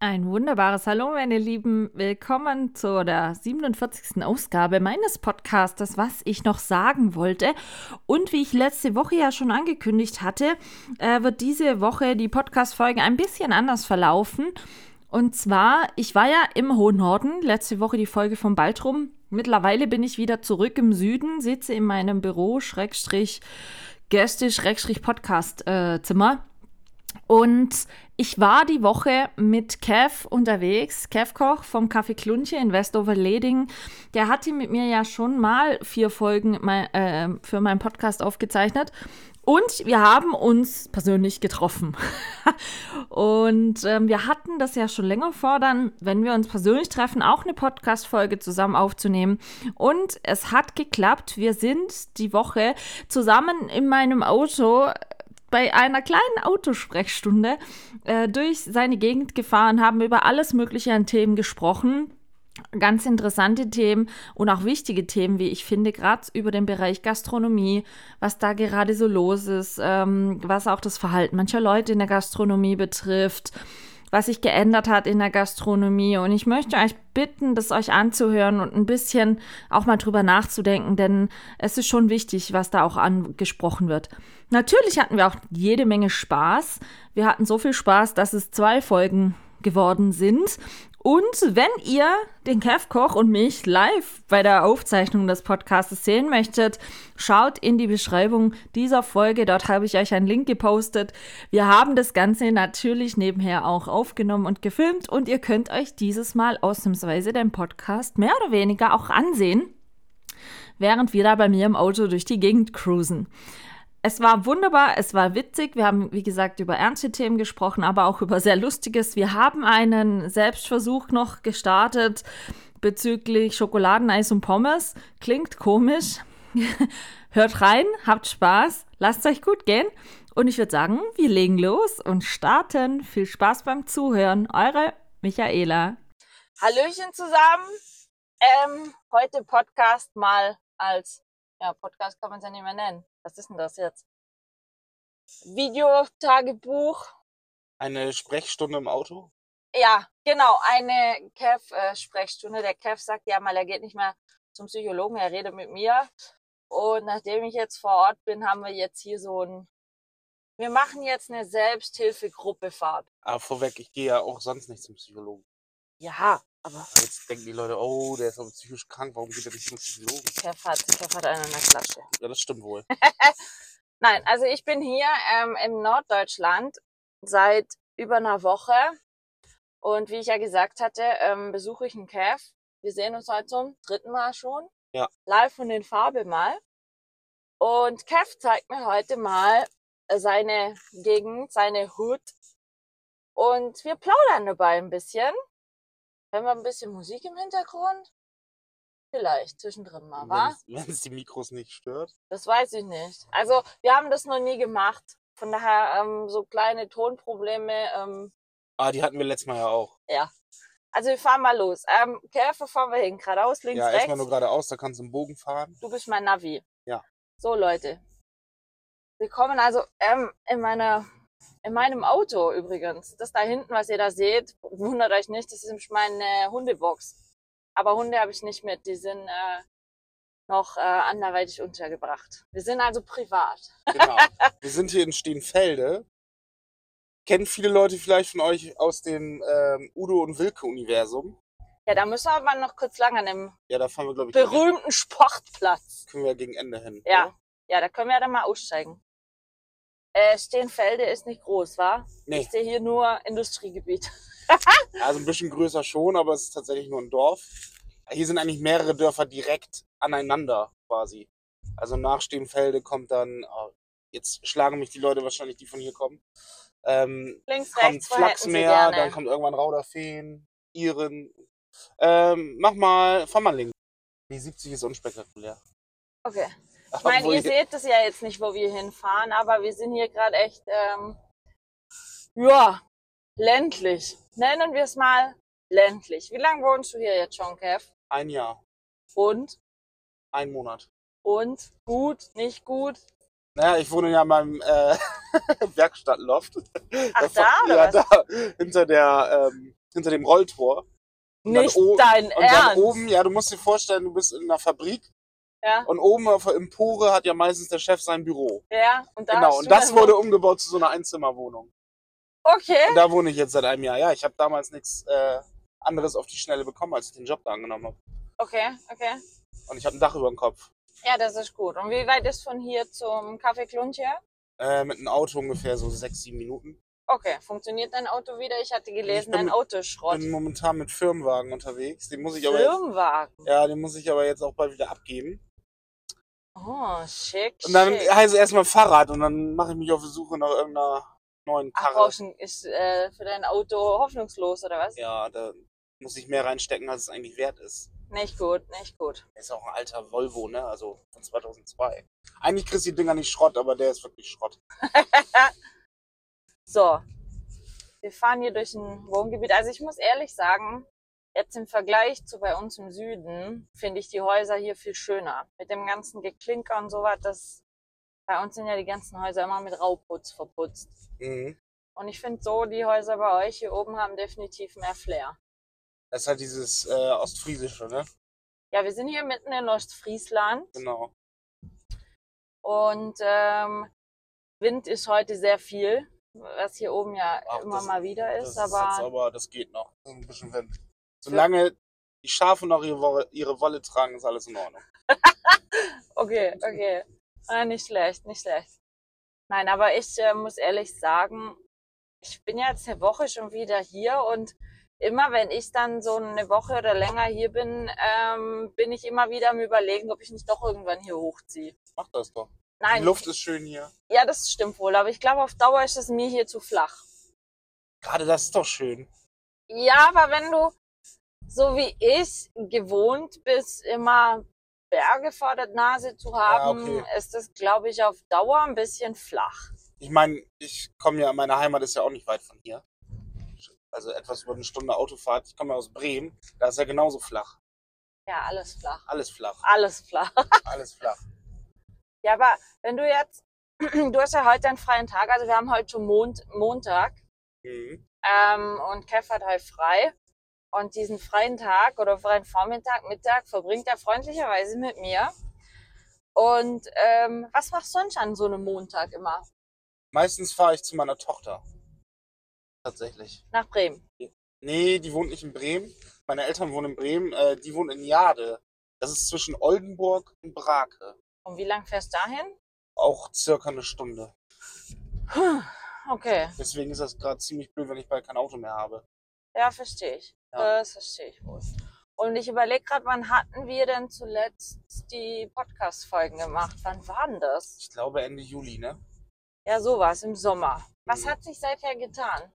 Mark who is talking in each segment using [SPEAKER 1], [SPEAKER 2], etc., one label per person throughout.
[SPEAKER 1] Ein wunderbares Hallo, meine Lieben. Willkommen zu der 47. Ausgabe meines Podcastes, was ich noch sagen wollte. Und wie ich letzte Woche ja schon angekündigt hatte, äh, wird diese Woche die Podcast-Folge ein bisschen anders verlaufen. Und zwar, ich war ja im Hohen Norden, letzte Woche die Folge von Baltrum. Mittlerweile bin ich wieder zurück im Süden, sitze in meinem Büro, Schrägstrich, Gäste, Schrägstrich, äh, Podcast-Zimmer. Und ich war die Woche mit Kev unterwegs, Kev Koch vom Café Klunche in Westoverleding. Der hatte mit mir ja schon mal vier Folgen mein, äh, für meinen Podcast aufgezeichnet. Und wir haben uns persönlich getroffen. und ähm, wir hatten das ja schon länger vor, dann, wenn wir uns persönlich treffen, auch eine Podcast-Folge zusammen aufzunehmen. Und es hat geklappt. Wir sind die Woche zusammen in meinem Auto äh, bei einer kleinen Autosprechstunde äh, durch seine Gegend gefahren, haben über alles Mögliche an Themen gesprochen. Ganz interessante Themen und auch wichtige Themen, wie ich finde, gerade über den Bereich Gastronomie, was da gerade so los ist, ähm, was auch das Verhalten mancher Leute in der Gastronomie betrifft, was sich geändert hat in der Gastronomie. Und ich möchte euch bitten, das euch anzuhören und ein bisschen auch mal drüber nachzudenken, denn es ist schon wichtig, was da auch angesprochen wird. Natürlich hatten wir auch jede Menge Spaß. Wir hatten so viel Spaß, dass es zwei Folgen geworden sind. Und wenn ihr den Kev Koch und mich live bei der Aufzeichnung des Podcasts sehen möchtet, schaut in die Beschreibung dieser Folge. Dort habe ich euch einen Link gepostet. Wir haben das Ganze natürlich nebenher auch aufgenommen und gefilmt und ihr könnt euch dieses Mal ausnahmsweise den Podcast mehr oder weniger auch ansehen, während wir da bei mir im Auto durch die Gegend cruisen. Es war wunderbar, es war witzig. Wir haben, wie gesagt, über ernste Themen gesprochen, aber auch über sehr Lustiges. Wir haben einen Selbstversuch noch gestartet bezüglich Schokoladeneis und Pommes. Klingt komisch. Hört rein, habt Spaß, lasst euch gut gehen. Und ich würde sagen, wir legen los und starten. Viel Spaß beim Zuhören. Eure Michaela.
[SPEAKER 2] Hallöchen zusammen. Ähm, heute Podcast mal als, ja, Podcast kann man es ja nicht mehr nennen was ist denn das jetzt? Videotagebuch.
[SPEAKER 3] Eine Sprechstunde im Auto?
[SPEAKER 2] Ja, genau, eine Kev-Sprechstunde. Der Kev sagt ja mal, er geht nicht mehr zum Psychologen, er redet mit mir. Und nachdem ich jetzt vor Ort bin, haben wir jetzt hier so ein. Wir machen jetzt eine Selbsthilfegruppefahrt.
[SPEAKER 3] Aber vorweg, ich gehe ja auch sonst nicht zum Psychologen.
[SPEAKER 2] Ja, aber
[SPEAKER 3] Jetzt denken die Leute, oh, der ist aber psychisch krank, warum geht er nicht zum Psychologen?
[SPEAKER 2] Kev hat, Kev hat einen in der Klatsche.
[SPEAKER 3] Ja, das stimmt wohl.
[SPEAKER 2] Nein, also ich bin hier ähm, im Norddeutschland seit über einer Woche. Und wie ich ja gesagt hatte, ähm, besuche ich einen Caf. Wir sehen uns heute zum dritten Mal schon.
[SPEAKER 3] Ja.
[SPEAKER 2] Live von den Farbe mal. Und Kev zeigt mir heute mal seine Gegend, seine Hood. Und wir plaudern dabei ein bisschen. Wenn wir ein bisschen Musik im Hintergrund? Vielleicht zwischendrin mal, wa?
[SPEAKER 3] Wenn es die Mikros nicht stört.
[SPEAKER 2] Das weiß ich nicht. Also wir haben das noch nie gemacht. Von daher ähm, so kleine Tonprobleme. Ähm,
[SPEAKER 3] Ah, die hatten wir letztes Mal ja auch.
[SPEAKER 2] also wir fahren mal los. Ähm, Käfer fahren wir hin. Geradeaus, links,
[SPEAKER 3] ja, erstmal
[SPEAKER 2] rechts.
[SPEAKER 3] nur geradeaus, da kannst du einen Bogen fahren.
[SPEAKER 2] Du bist mein Navi.
[SPEAKER 3] Ja.
[SPEAKER 2] So Leute. Wir kommen also ähm, in meiner in meinem Auto übrigens. Das da hinten, was ihr da seht, wundert euch nicht, das ist nämlich meine Hundebox. Aber Hunde habe ich nicht mit, die sind äh, noch äh, anderweitig untergebracht. Wir sind also privat.
[SPEAKER 3] Genau. wir sind hier in Steenfelde. Kennen viele Leute vielleicht von euch aus dem ähm, Udo und Wilke-Universum.
[SPEAKER 2] Ja, da müssen wir aber noch kurz lang an dem
[SPEAKER 3] Ja, da fahren wir, glaube ich,
[SPEAKER 2] berühmten Sportplatz.
[SPEAKER 3] können wir gegen Ende hin.
[SPEAKER 2] Ja.
[SPEAKER 3] Oder?
[SPEAKER 2] Ja, da können wir ja dann mal aussteigen. Äh, Steenfelde ist nicht groß, wa?
[SPEAKER 3] Nee.
[SPEAKER 2] Ich sehe hier nur Industriegebiet.
[SPEAKER 3] Also ein bisschen größer schon, aber es ist tatsächlich nur ein Dorf. Hier sind eigentlich mehrere Dörfer direkt aneinander quasi. Also nach Steenfelde kommt dann, oh, jetzt schlagen mich die Leute wahrscheinlich, die von hier kommen. Ähm,
[SPEAKER 2] Links,
[SPEAKER 3] kommt
[SPEAKER 2] rechts, wo hätten sie
[SPEAKER 3] Flachsmeer,
[SPEAKER 2] gerne.
[SPEAKER 3] dann kommt irgendwann Rauderfeen, Iren. Ähm, mach mal, fahr mal links. Die 70 ist unspektakulär.
[SPEAKER 2] okay.
[SPEAKER 1] Ich meine,
[SPEAKER 3] Obwohl
[SPEAKER 1] ihr
[SPEAKER 3] ich-
[SPEAKER 1] seht es ja jetzt nicht, wo wir hinfahren, aber wir sind hier gerade echt, ähm, ja, ländlich. Nennen wir es mal ländlich. Wie lange wohnst du hier jetzt schon, Kev?
[SPEAKER 3] Ein Jahr,
[SPEAKER 1] Und,
[SPEAKER 3] ein Monat.
[SPEAKER 1] und, gut, nicht gut.
[SPEAKER 3] Naja, ich wohne ja in meinem äh, Werkstattloft.
[SPEAKER 1] Ach, da, oder was?
[SPEAKER 3] ja, da, hinter, der, ähm, hinter dem Rolltor. Und dann
[SPEAKER 1] Nicht
[SPEAKER 3] o-
[SPEAKER 1] dein
[SPEAKER 3] Und
[SPEAKER 1] Ernst.
[SPEAKER 3] dann oben, ja, du musst dir vorstellen, du bist in einer Fabrik
[SPEAKER 1] ja,
[SPEAKER 3] und oben auf der Empore hat ja meistens der Chef sein Büro.
[SPEAKER 1] ja, und da
[SPEAKER 3] genau,
[SPEAKER 1] hast
[SPEAKER 3] und
[SPEAKER 1] du
[SPEAKER 3] das
[SPEAKER 1] dann-
[SPEAKER 3] wurde umgebaut zu so einer Einzimmerwohnung.
[SPEAKER 1] Okay,
[SPEAKER 3] Und da wohne ich jetzt seit einem Jahr. Ja, ich habe damals nichts äh, anderes auf die Schnelle bekommen, als ich den Job da angenommen habe.
[SPEAKER 1] okay, okay.
[SPEAKER 3] Und ich habe ein Dach über dem Kopf.
[SPEAKER 1] Ja, das ist gut. Und wie weit ist von hier zum Café Kluntje?
[SPEAKER 3] Äh, mit einem Auto ungefähr so sechs, sieben Minuten.
[SPEAKER 1] Okay, funktioniert dein Auto wieder? Ich hatte gelesen,
[SPEAKER 3] Ich bin-
[SPEAKER 1] dein Auto ist Schrott.
[SPEAKER 3] Bin momentan mit Firmenwagen unterwegs. Den muss ich aber jetzt,
[SPEAKER 1] Firmenwagen.
[SPEAKER 3] ja, den muss ich aber jetzt auch bald wieder abgeben.
[SPEAKER 1] Oh, schick.
[SPEAKER 3] Und dann halt
[SPEAKER 1] schick.
[SPEAKER 3] heißt es erstmal Fahrrad und dann mache ich mich auf die Suche nach irgendeiner neuen
[SPEAKER 1] Ach, oh,
[SPEAKER 3] Karre.
[SPEAKER 1] Rauschen ist äh, für dein Auto hoffnungslos, oder was?
[SPEAKER 3] ja, da muss ich mehr reinstecken, als es eigentlich wert ist.
[SPEAKER 1] Nicht gut, nicht gut.
[SPEAKER 3] Ist auch ein alter Volvo, ne? Also von 2002. Eigentlich kriegst du die Dinger nicht Schrott, aber der ist wirklich Schrott.
[SPEAKER 1] So, wir fahren hier durch ein Wohngebiet. Also ich muss ehrlich sagen, jetzt im Vergleich zu bei uns im Süden finde ich die Häuser hier viel schöner. Mit dem ganzen Geklinker und sowas, das bei uns sind ja die ganzen Häuser immer mit Rauputz verputzt.
[SPEAKER 3] Mhm.
[SPEAKER 1] Und ich finde so, die Häuser bei euch hier oben haben definitiv mehr Flair.
[SPEAKER 3] Das ist halt dieses äh, Ostfriesische, ne?
[SPEAKER 1] Ja, wir sind hier mitten in Ostfriesland
[SPEAKER 3] Genau.
[SPEAKER 1] und ähm, Wind ist heute sehr viel, was hier oben ja
[SPEAKER 3] Ach,
[SPEAKER 1] immer
[SPEAKER 3] das-
[SPEAKER 1] mal wieder ist,
[SPEAKER 3] das
[SPEAKER 1] aber
[SPEAKER 3] jetzt aber, das geht noch. Das ist Ein bisschen Wind. Solange die Schafe noch ihre Wolle, ihre Wolle tragen, ist alles in Ordnung.
[SPEAKER 1] Okay, okay. Ah, nicht schlecht, nicht schlecht. Nein, aber ich äh, muss ehrlich sagen, ich bin ja jetzt eine Woche schon wieder hier und immer wenn ich dann so eine Woche oder länger hier bin, ähm, bin ich immer wieder am Überlegen, ob ich nicht doch irgendwann hier hochziehe.
[SPEAKER 3] Mach das doch.
[SPEAKER 1] Nein,
[SPEAKER 3] Die Luft ist schön hier.
[SPEAKER 1] ja, das stimmt wohl, aber ich glaube, auf Dauer ist es mir hier zu flach.
[SPEAKER 3] Gerade das ist doch schön.
[SPEAKER 1] Ja, aber wenn du so wie ich gewohnt bist, immer Berge vor der Nase zu haben,
[SPEAKER 3] Ah, okay.
[SPEAKER 1] ist das, glaube ich, auf Dauer ein bisschen flach.
[SPEAKER 3] Ich meine, ich komme ja, meine Heimat ist ja auch nicht weit von hier. Also etwas über eine Stunde Autofahrt. Ich komme ja aus Bremen. Da ist ja genauso flach.
[SPEAKER 1] Ja, alles flach.
[SPEAKER 3] Alles flach.
[SPEAKER 1] Alles flach.
[SPEAKER 3] Alles flach.
[SPEAKER 1] Ja, aber wenn du jetzt, du hast ja heute einen freien Tag, also wir haben heute schon Mond, Montag
[SPEAKER 3] Mhm.
[SPEAKER 1] ähm, und Kev hat halt frei. Und diesen freien Tag oder freien Vormittag, Mittag verbringt er freundlicherweise mit mir. Und ähm, was machst du sonst an so einem Montag immer?
[SPEAKER 3] Meistens fahre ich zu meiner Tochter. Tatsächlich.
[SPEAKER 1] Nach Bremen.
[SPEAKER 3] Nee, die wohnt nicht in Bremen. Meine Eltern wohnen in Bremen. Äh, die wohnen in Jade. Das ist zwischen Oldenburg und Brake.
[SPEAKER 1] Und wie lang fährst du dahin?
[SPEAKER 3] Auch circa eine Stunde.
[SPEAKER 1] Okay,
[SPEAKER 3] Deswegen ist das gerade ziemlich blöd, wenn ich bald kein Auto mehr habe.
[SPEAKER 1] ja, verstehe ich.
[SPEAKER 3] Ja.
[SPEAKER 1] Das verstehe ich wohl. Und ich überlege gerade, wann hatten wir denn zuletzt die Podcast-Folgen gemacht? Wann waren das?
[SPEAKER 3] Ich glaube Ende Juli, ne?
[SPEAKER 1] Ja, sowas im Sommer. Was
[SPEAKER 3] Mhm.
[SPEAKER 1] hat sich seither getan?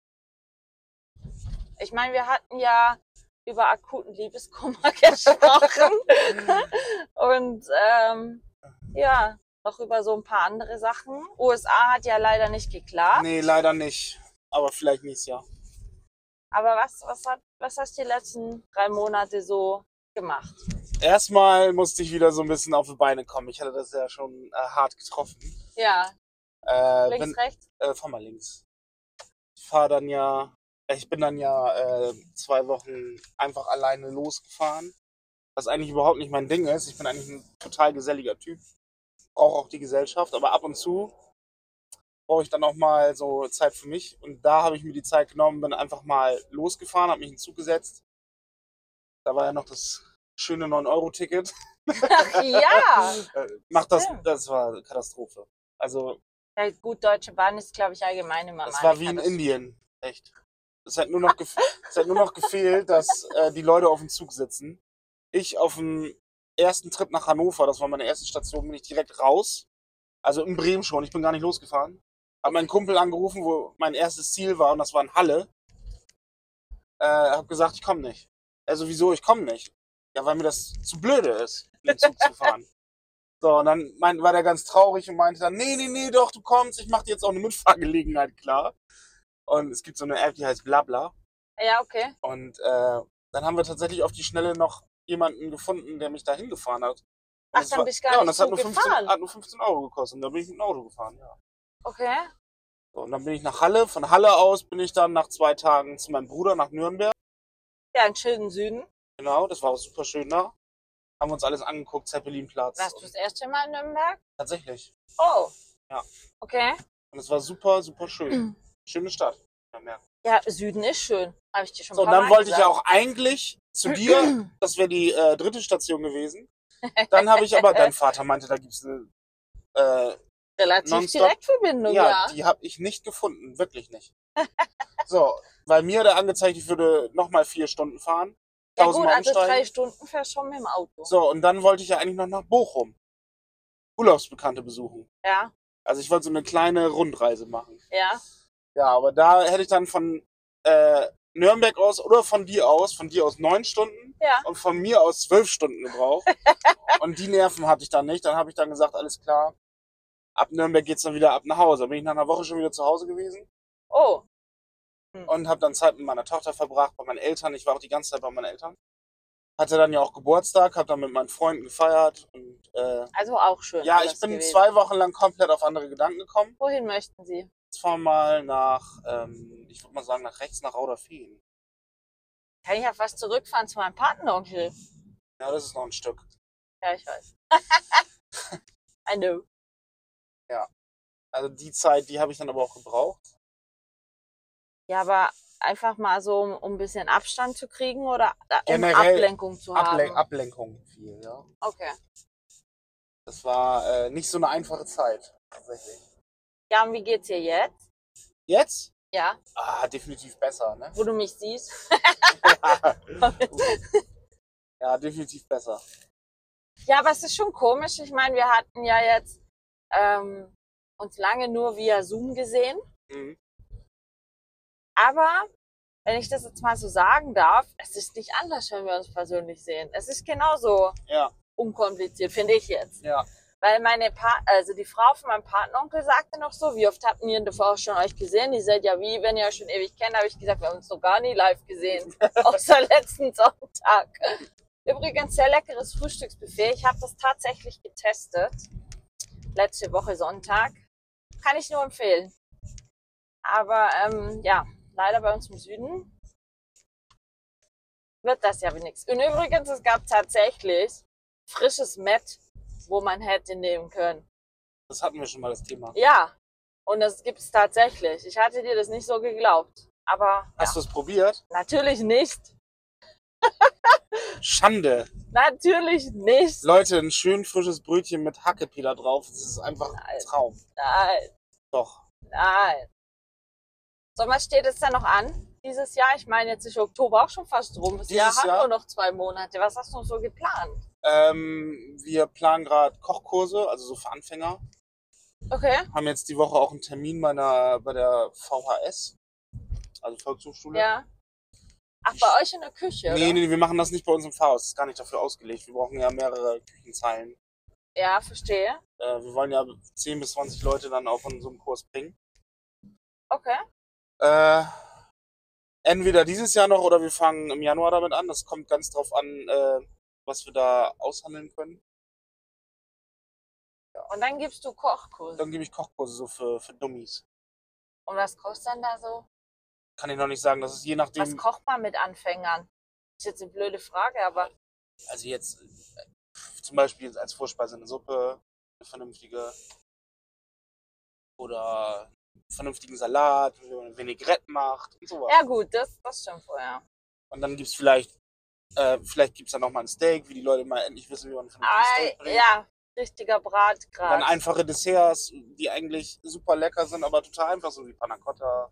[SPEAKER 1] Ich meine, wir hatten ja über akuten Liebeskummer gesprochen und ähm, ja, noch über so ein paar andere Sachen. USA hat ja leider nicht geklappt.
[SPEAKER 3] Nee, leider nicht. Aber vielleicht nächstes Jahr.
[SPEAKER 1] Aber was, was, hat, was hast du die letzten drei Monate so gemacht?
[SPEAKER 3] Erstmal musste ich wieder so ein bisschen auf die Beine kommen. Ich hatte das ja schon äh, hart getroffen.
[SPEAKER 1] Ja,
[SPEAKER 3] Äh,
[SPEAKER 1] links,
[SPEAKER 3] bin,
[SPEAKER 1] rechts.
[SPEAKER 3] äh, fahr mal links. Ich fahre dann ja, äh, ich bin dann ja äh, zwei Wochen einfach alleine losgefahren. Was eigentlich überhaupt nicht mein Ding ist. Ich bin eigentlich ein total geselliger Typ. Brauche auch die Gesellschaft, aber ab und zu brauche ich dann auch mal so Zeit für mich. Und da habe ich mir die Zeit genommen, bin einfach mal losgefahren, habe mich in den Zug gesetzt. Da war ja noch das schöne 9-Euro-Ticket.
[SPEAKER 1] Ach ja!
[SPEAKER 3] Äh, Macht das,
[SPEAKER 1] Stimmt.
[SPEAKER 3] das war eine Katastrophe. Also,
[SPEAKER 1] ja! Gut, Deutsche Bahn ist, glaube ich, allgemein immer
[SPEAKER 3] das
[SPEAKER 1] mal
[SPEAKER 3] war
[SPEAKER 1] eine
[SPEAKER 3] wie in
[SPEAKER 1] Katastrophe.
[SPEAKER 3] Indien. Echt. Es hat nur noch, gef es hat nur noch gefehlt, dass äh, die Leute auf dem Zug sitzen. Ich auf dem ersten Trip nach Hannover, das war meine erste Station, bin ich direkt raus. Also in Bremen schon, ich bin gar nicht losgefahren. Hab meinen Kumpel angerufen, wo mein erstes Ziel war, und das war in Halle. Äh, hab gesagt, ich komme nicht. Also wieso, ich komme nicht? Ja, weil mir das zu blöde ist, mit dem Zug zu fahren. So, und dann meint, war der ganz traurig und meinte dann, nee, nee, nee, doch, du kommst, ich mach dir jetzt auch eine Mitfahrgelegenheit klar. Und es gibt so eine App, die heißt Blabla.
[SPEAKER 1] Ja, okay.
[SPEAKER 3] Und äh, dann haben wir tatsächlich auf die Schnelle noch jemanden gefunden, der mich da hingefahren hat. Und
[SPEAKER 1] Ach,
[SPEAKER 3] das
[SPEAKER 1] dann
[SPEAKER 3] war-
[SPEAKER 1] bin ich gar
[SPEAKER 3] Ja, und
[SPEAKER 1] nicht
[SPEAKER 3] das hat
[SPEAKER 1] so
[SPEAKER 3] nur, 15,
[SPEAKER 1] gefahren.
[SPEAKER 3] hat nur 15 Euro gekostet. Und da bin ich mit dem Auto gefahren, ja.
[SPEAKER 1] Okay.
[SPEAKER 3] So, und dann bin ich nach Halle. Von Halle aus bin ich dann nach zwei Tagen zu meinem Bruder nach Nürnberg.
[SPEAKER 1] Ja, in schönen Süden.
[SPEAKER 3] Genau, das war auch super schön da. Haben wir uns alles angeguckt, Zeppelinplatz.
[SPEAKER 1] Warst du
[SPEAKER 3] Und
[SPEAKER 1] das erste Mal in Nürnberg?
[SPEAKER 3] tatsächlich.
[SPEAKER 1] Oh.
[SPEAKER 3] Ja.
[SPEAKER 1] Okay.
[SPEAKER 3] Und es war super, super schön. Schöne Stadt. Nürnberg.
[SPEAKER 1] Ja, Süden ist schön. Habe ich dir schon
[SPEAKER 3] So, und
[SPEAKER 1] paar Mal
[SPEAKER 3] dann wollte ich ja
[SPEAKER 1] gesagt.
[SPEAKER 3] auch eigentlich zu dir, das wäre die äh, dritte Station gewesen. Dann habe ich aber, dein Vater meinte, da gibt's eine, äh,
[SPEAKER 1] Relativ
[SPEAKER 3] nonstop-
[SPEAKER 1] Direktverbindung,
[SPEAKER 3] ja,
[SPEAKER 1] ja.
[SPEAKER 3] die habe ich nicht gefunden, wirklich nicht. So, weil mir da angezeigt, ich würde nochmal vier Stunden fahren,
[SPEAKER 1] Ja, gut,
[SPEAKER 3] tausendmal
[SPEAKER 1] also drei
[SPEAKER 3] umsteigen.
[SPEAKER 1] Stunden fährst schon mit dem Auto.
[SPEAKER 3] So, und dann wollte ich ja eigentlich noch nach Bochum. Urlaubsbekannte besuchen.
[SPEAKER 1] Ja,
[SPEAKER 3] Also ich wollte so eine kleine Rundreise machen.
[SPEAKER 1] ja.
[SPEAKER 3] Ja, aber da hätte ich dann von äh, Nürnberg aus oder von dir aus, von dir aus neun Stunden
[SPEAKER 1] Ja.
[SPEAKER 3] und von mir aus zwölf Stunden gebraucht. und die Nerven hatte ich dann nicht. Dann habe ich dann gesagt, alles klar, ab Nürnberg geht's dann wieder ab nach Hause. Bin ich nach einer Woche schon wieder zu Hause gewesen
[SPEAKER 1] Oh,
[SPEAKER 3] und habe dann Zeit mit meiner Tochter verbracht, bei meinen Eltern. Ich war auch die ganze Zeit bei meinen Eltern. Hatte dann ja auch Geburtstag, habe dann mit meinen Freunden gefeiert und äh,
[SPEAKER 1] also auch schön.
[SPEAKER 3] ja,
[SPEAKER 1] alles
[SPEAKER 3] ich bin
[SPEAKER 1] gewesen.
[SPEAKER 3] zwei Wochen lang komplett auf andere Gedanken gekommen.
[SPEAKER 1] Wohin möchten Sie?
[SPEAKER 3] Jetzt fahren wir mal nach, ähm, ich würde mal sagen, nach rechts nach Rauderfehn.
[SPEAKER 1] Kann ich ja fast zurückfahren zu meinem Patenonkel.
[SPEAKER 3] Ja, das ist noch ein Stück.
[SPEAKER 1] Ja, ich weiß. I know.
[SPEAKER 3] Also die Zeit, die habe ich dann aber auch gebraucht.
[SPEAKER 1] Ja, aber einfach mal so, um, um ein bisschen Abstand zu kriegen oder äh, um
[SPEAKER 3] Generell
[SPEAKER 1] Ablenkung zu
[SPEAKER 3] Ablen
[SPEAKER 1] haben.
[SPEAKER 3] Ablenkung viel, ja.
[SPEAKER 1] Okay.
[SPEAKER 3] Das war äh, nicht so eine einfache Zeit, tatsächlich.
[SPEAKER 1] Ja, und wie geht's dir jetzt?
[SPEAKER 3] Jetzt?
[SPEAKER 1] Ja,
[SPEAKER 3] Ah, definitiv besser, ne?
[SPEAKER 1] wo du mich siehst.
[SPEAKER 3] ja, definitiv besser.
[SPEAKER 1] Ja, aber es ist schon komisch. Ich meine, wir hatten ja jetzt ähm, uns lange nur via Zoom gesehen.
[SPEAKER 3] Mhm.
[SPEAKER 1] Aber wenn ich das jetzt mal so sagen darf, es ist nicht anders, wenn wir uns persönlich sehen. Es ist genauso
[SPEAKER 3] Ja,
[SPEAKER 1] unkompliziert, finde ich jetzt.
[SPEAKER 3] ja.
[SPEAKER 1] Weil meine pa also die Frau von meinem Patenonkel sagte noch so, wie oft habt ihr denn davor schon euch gesehen? Die sagt, ja wie, wenn ihr euch schon ewig kennt, habe ich gesagt, wir haben uns noch gar nie live gesehen. außer letzten Sonntag. Übrigens, sehr leckeres Frühstücksbuffet. Ich habe das tatsächlich getestet. Letzte Woche Sonntag. Kann ich nur empfehlen. Aber ähm, ja, leider bei uns im Süden wird das ja wie nichts. Und übrigens, es gab tatsächlich frisches Met, wo man hätte nehmen können.
[SPEAKER 3] Das hatten wir schon mal das Thema.
[SPEAKER 1] Ja, und das gibt's tatsächlich. Ich hatte dir das nicht so geglaubt. Aber ja,
[SPEAKER 3] Hast du es probiert?
[SPEAKER 1] natürlich nicht.
[SPEAKER 3] Schande.
[SPEAKER 1] Natürlich nicht.
[SPEAKER 3] Leute, ein schön frisches Brötchen mit Hackepeter drauf. Das ist einfach ein
[SPEAKER 1] Nein.
[SPEAKER 3] Traum.
[SPEAKER 1] Nein,
[SPEAKER 3] Doch.
[SPEAKER 1] nein. So, was steht jetzt da noch an dieses Jahr? Ich meine, jetzt ist Oktober auch schon fast rum. Das
[SPEAKER 3] Dieses
[SPEAKER 1] Jahr hat
[SPEAKER 3] Jahr?
[SPEAKER 1] nur noch zwei Monate. Was hast du so geplant?
[SPEAKER 3] Ähm, wir planen gerade Kochkurse, also so für Anfänger.
[SPEAKER 1] Okay,
[SPEAKER 3] haben jetzt die Woche auch einen Termin bei, einer, bei der VHS, also Volkshochschule.
[SPEAKER 1] ja. Ach, bei euch in der Küche,
[SPEAKER 3] nee,
[SPEAKER 1] oder?
[SPEAKER 3] nee, wir machen das nicht bei uns im Pfarrhaus. Das ist gar nicht dafür ausgelegt. Wir brauchen ja mehrere Küchenzeilen.
[SPEAKER 1] Ja, verstehe.
[SPEAKER 3] Äh, wir wollen ja 10 bis 20 Leute dann auch in so einem Kurs bringen.
[SPEAKER 1] Okay.
[SPEAKER 3] Äh, entweder dieses Jahr noch oder wir fangen im Januar damit an. Das kommt ganz drauf an, äh, was wir da aushandeln können.
[SPEAKER 1] Und dann gibst du Kochkurse.
[SPEAKER 3] Dann gebe ich Kochkurse so für, für Dummies.
[SPEAKER 1] Und was kostet dann da so?
[SPEAKER 3] Kann ich noch nicht sagen. Das ist je
[SPEAKER 1] Was
[SPEAKER 3] nachdem.
[SPEAKER 1] kocht man mit Anfängern? Ist jetzt eine blöde Frage, aber
[SPEAKER 3] Also jetzt äh, zum Beispiel als Vorspeise eine Suppe, eine vernünftige oder einen vernünftigen Salat, wenn man eine Vinaigrette macht und sowas.
[SPEAKER 1] ja gut, das, das stimmt vorher.
[SPEAKER 3] Und dann gibt's vielleicht, äh, vielleicht gibt's dann noch mal ein Steak, wie die Leute mal endlich wissen, wie man ein vernünftiges
[SPEAKER 1] Ei,
[SPEAKER 3] Steak bringt.
[SPEAKER 1] Ah, ja, richtiger
[SPEAKER 3] Und Dann
[SPEAKER 1] Bratgrad.
[SPEAKER 3] einfache Desserts, die eigentlich super lecker sind, aber total einfach, so wie Panna Cotta.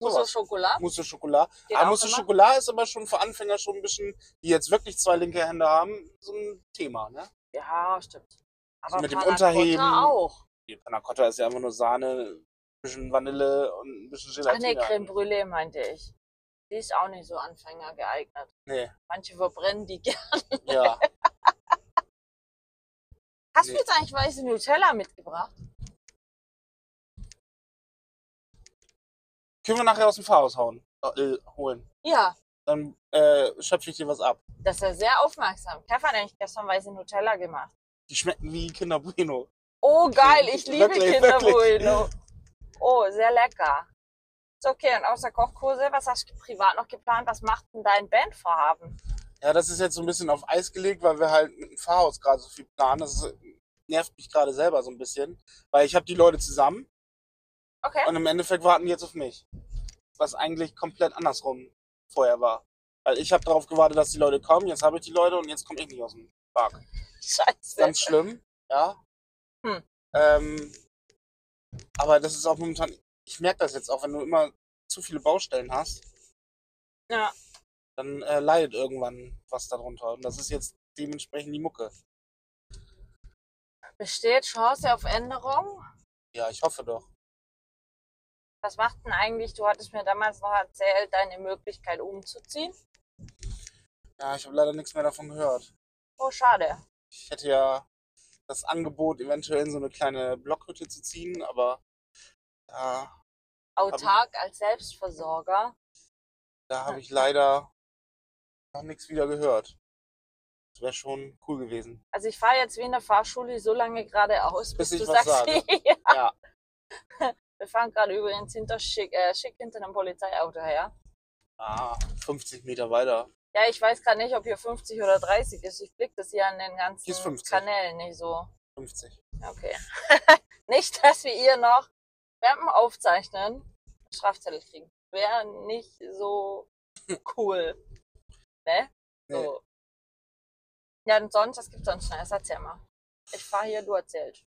[SPEAKER 1] Mousse au
[SPEAKER 3] Sowas.
[SPEAKER 1] Schokolade.
[SPEAKER 3] Mousse au Chocolat.
[SPEAKER 1] geht
[SPEAKER 3] Aber
[SPEAKER 1] auch
[SPEAKER 3] Mousse au
[SPEAKER 1] immer.
[SPEAKER 3] Chocolat ist aber schon für Anfänger schon ein bisschen, die jetzt wirklich zwei linke Hände haben, so ein Thema, ne?
[SPEAKER 1] Ja, stimmt. Aber
[SPEAKER 3] mit dem
[SPEAKER 1] Panna Cotta
[SPEAKER 3] Unterheben.
[SPEAKER 1] auch.
[SPEAKER 3] Die Panna Cotta ist ja einfach nur Sahne, ein bisschen Vanille und ein bisschen
[SPEAKER 1] Ach
[SPEAKER 3] Gelatine.
[SPEAKER 1] nee, Creme Brûlée meinte ich. Die ist auch nicht so Anfänger geeignet.
[SPEAKER 3] Nee,
[SPEAKER 1] Manche verbrennen die gerne.
[SPEAKER 3] ja.
[SPEAKER 1] Hast
[SPEAKER 3] Nee.
[SPEAKER 1] du jetzt eigentlich weiße Nutella mitgebracht?
[SPEAKER 3] Können wir nachher aus dem Fahrhaus hauen, äh, holen.
[SPEAKER 1] Ja,
[SPEAKER 3] Dann äh, schöpfe ich dir was ab.
[SPEAKER 1] das ist ja sehr aufmerksam. Kev hat nämlich gestern weiße Nutella gemacht.
[SPEAKER 3] Die schmecken wie Kinder Bueno.
[SPEAKER 1] Oh, geil, ich liebe
[SPEAKER 3] Wirklich,
[SPEAKER 1] Kinderbueno. Oh, sehr lecker. So, okay, und außer Kochkurse, was hast du privat noch geplant? Was macht denn dein Bandvorhaben?
[SPEAKER 3] Ja, das ist jetzt so ein bisschen auf Eis gelegt, weil wir halt mit dem Fahrhaus gerade so viel planen. Das ist, nervt mich gerade selber so ein bisschen, weil ich habe die Leute zusammen
[SPEAKER 1] Okay,
[SPEAKER 3] und im Endeffekt warten die jetzt auf mich. Was eigentlich komplett andersrum vorher war. Weil ich habe darauf gewartet, dass die Leute kommen, jetzt habe ich die Leute und jetzt komme ich nicht aus dem Park.
[SPEAKER 1] scheiße.
[SPEAKER 3] ganz schlimm, ja.
[SPEAKER 1] Hm.
[SPEAKER 3] Ähm, aber das ist auch momentan, ich merke das jetzt auch, wenn du immer zu viele Baustellen hast,
[SPEAKER 1] Ja.
[SPEAKER 3] dann äh, leidet irgendwann was darunter. Und das ist jetzt dementsprechend die Mucke.
[SPEAKER 1] Besteht Chance auf Änderung?
[SPEAKER 3] Ja, ich hoffe doch.
[SPEAKER 1] Was macht denn eigentlich, du hattest mir damals noch erzählt, deine Möglichkeit umzuziehen?
[SPEAKER 3] Ja, ich habe leider nichts mehr davon gehört.
[SPEAKER 1] Oh, schade.
[SPEAKER 3] Ich hätte ja das Angebot, eventuell in so eine kleine Blockhütte zu ziehen, aber da,
[SPEAKER 1] Autark als Selbstversorger.
[SPEAKER 3] da habe ich leider noch nichts wieder gehört. Das wäre schon cool gewesen.
[SPEAKER 1] Also ich fahre jetzt wie in der Fahrschule so lange geradeaus, bis,
[SPEAKER 3] Bis ich
[SPEAKER 1] du
[SPEAKER 3] was
[SPEAKER 1] sagst,
[SPEAKER 3] sage.
[SPEAKER 1] ja.
[SPEAKER 3] Ja.
[SPEAKER 1] Wir fahren gerade übrigens hinter schick, äh, schick hinter einem Polizeiauto her.
[SPEAKER 3] Ah, 50 Meter weiter.
[SPEAKER 1] Ja, ich weiß gerade nicht, ob hier 50 oder 30 ist. Ich blick das hier an den ganzen
[SPEAKER 3] Hier ist 50.
[SPEAKER 1] Kanälen nicht so.
[SPEAKER 3] 50.
[SPEAKER 1] Okay. nicht, dass wir ihr noch Rampen aufzeichnen, Strafzettel kriegen. Wäre nicht so cool. Ne?
[SPEAKER 3] Nee.
[SPEAKER 1] So. Ja, und sonst, was gibt's sonst noch? Das Erzähl mal. Ich fahre hier, du erzählst.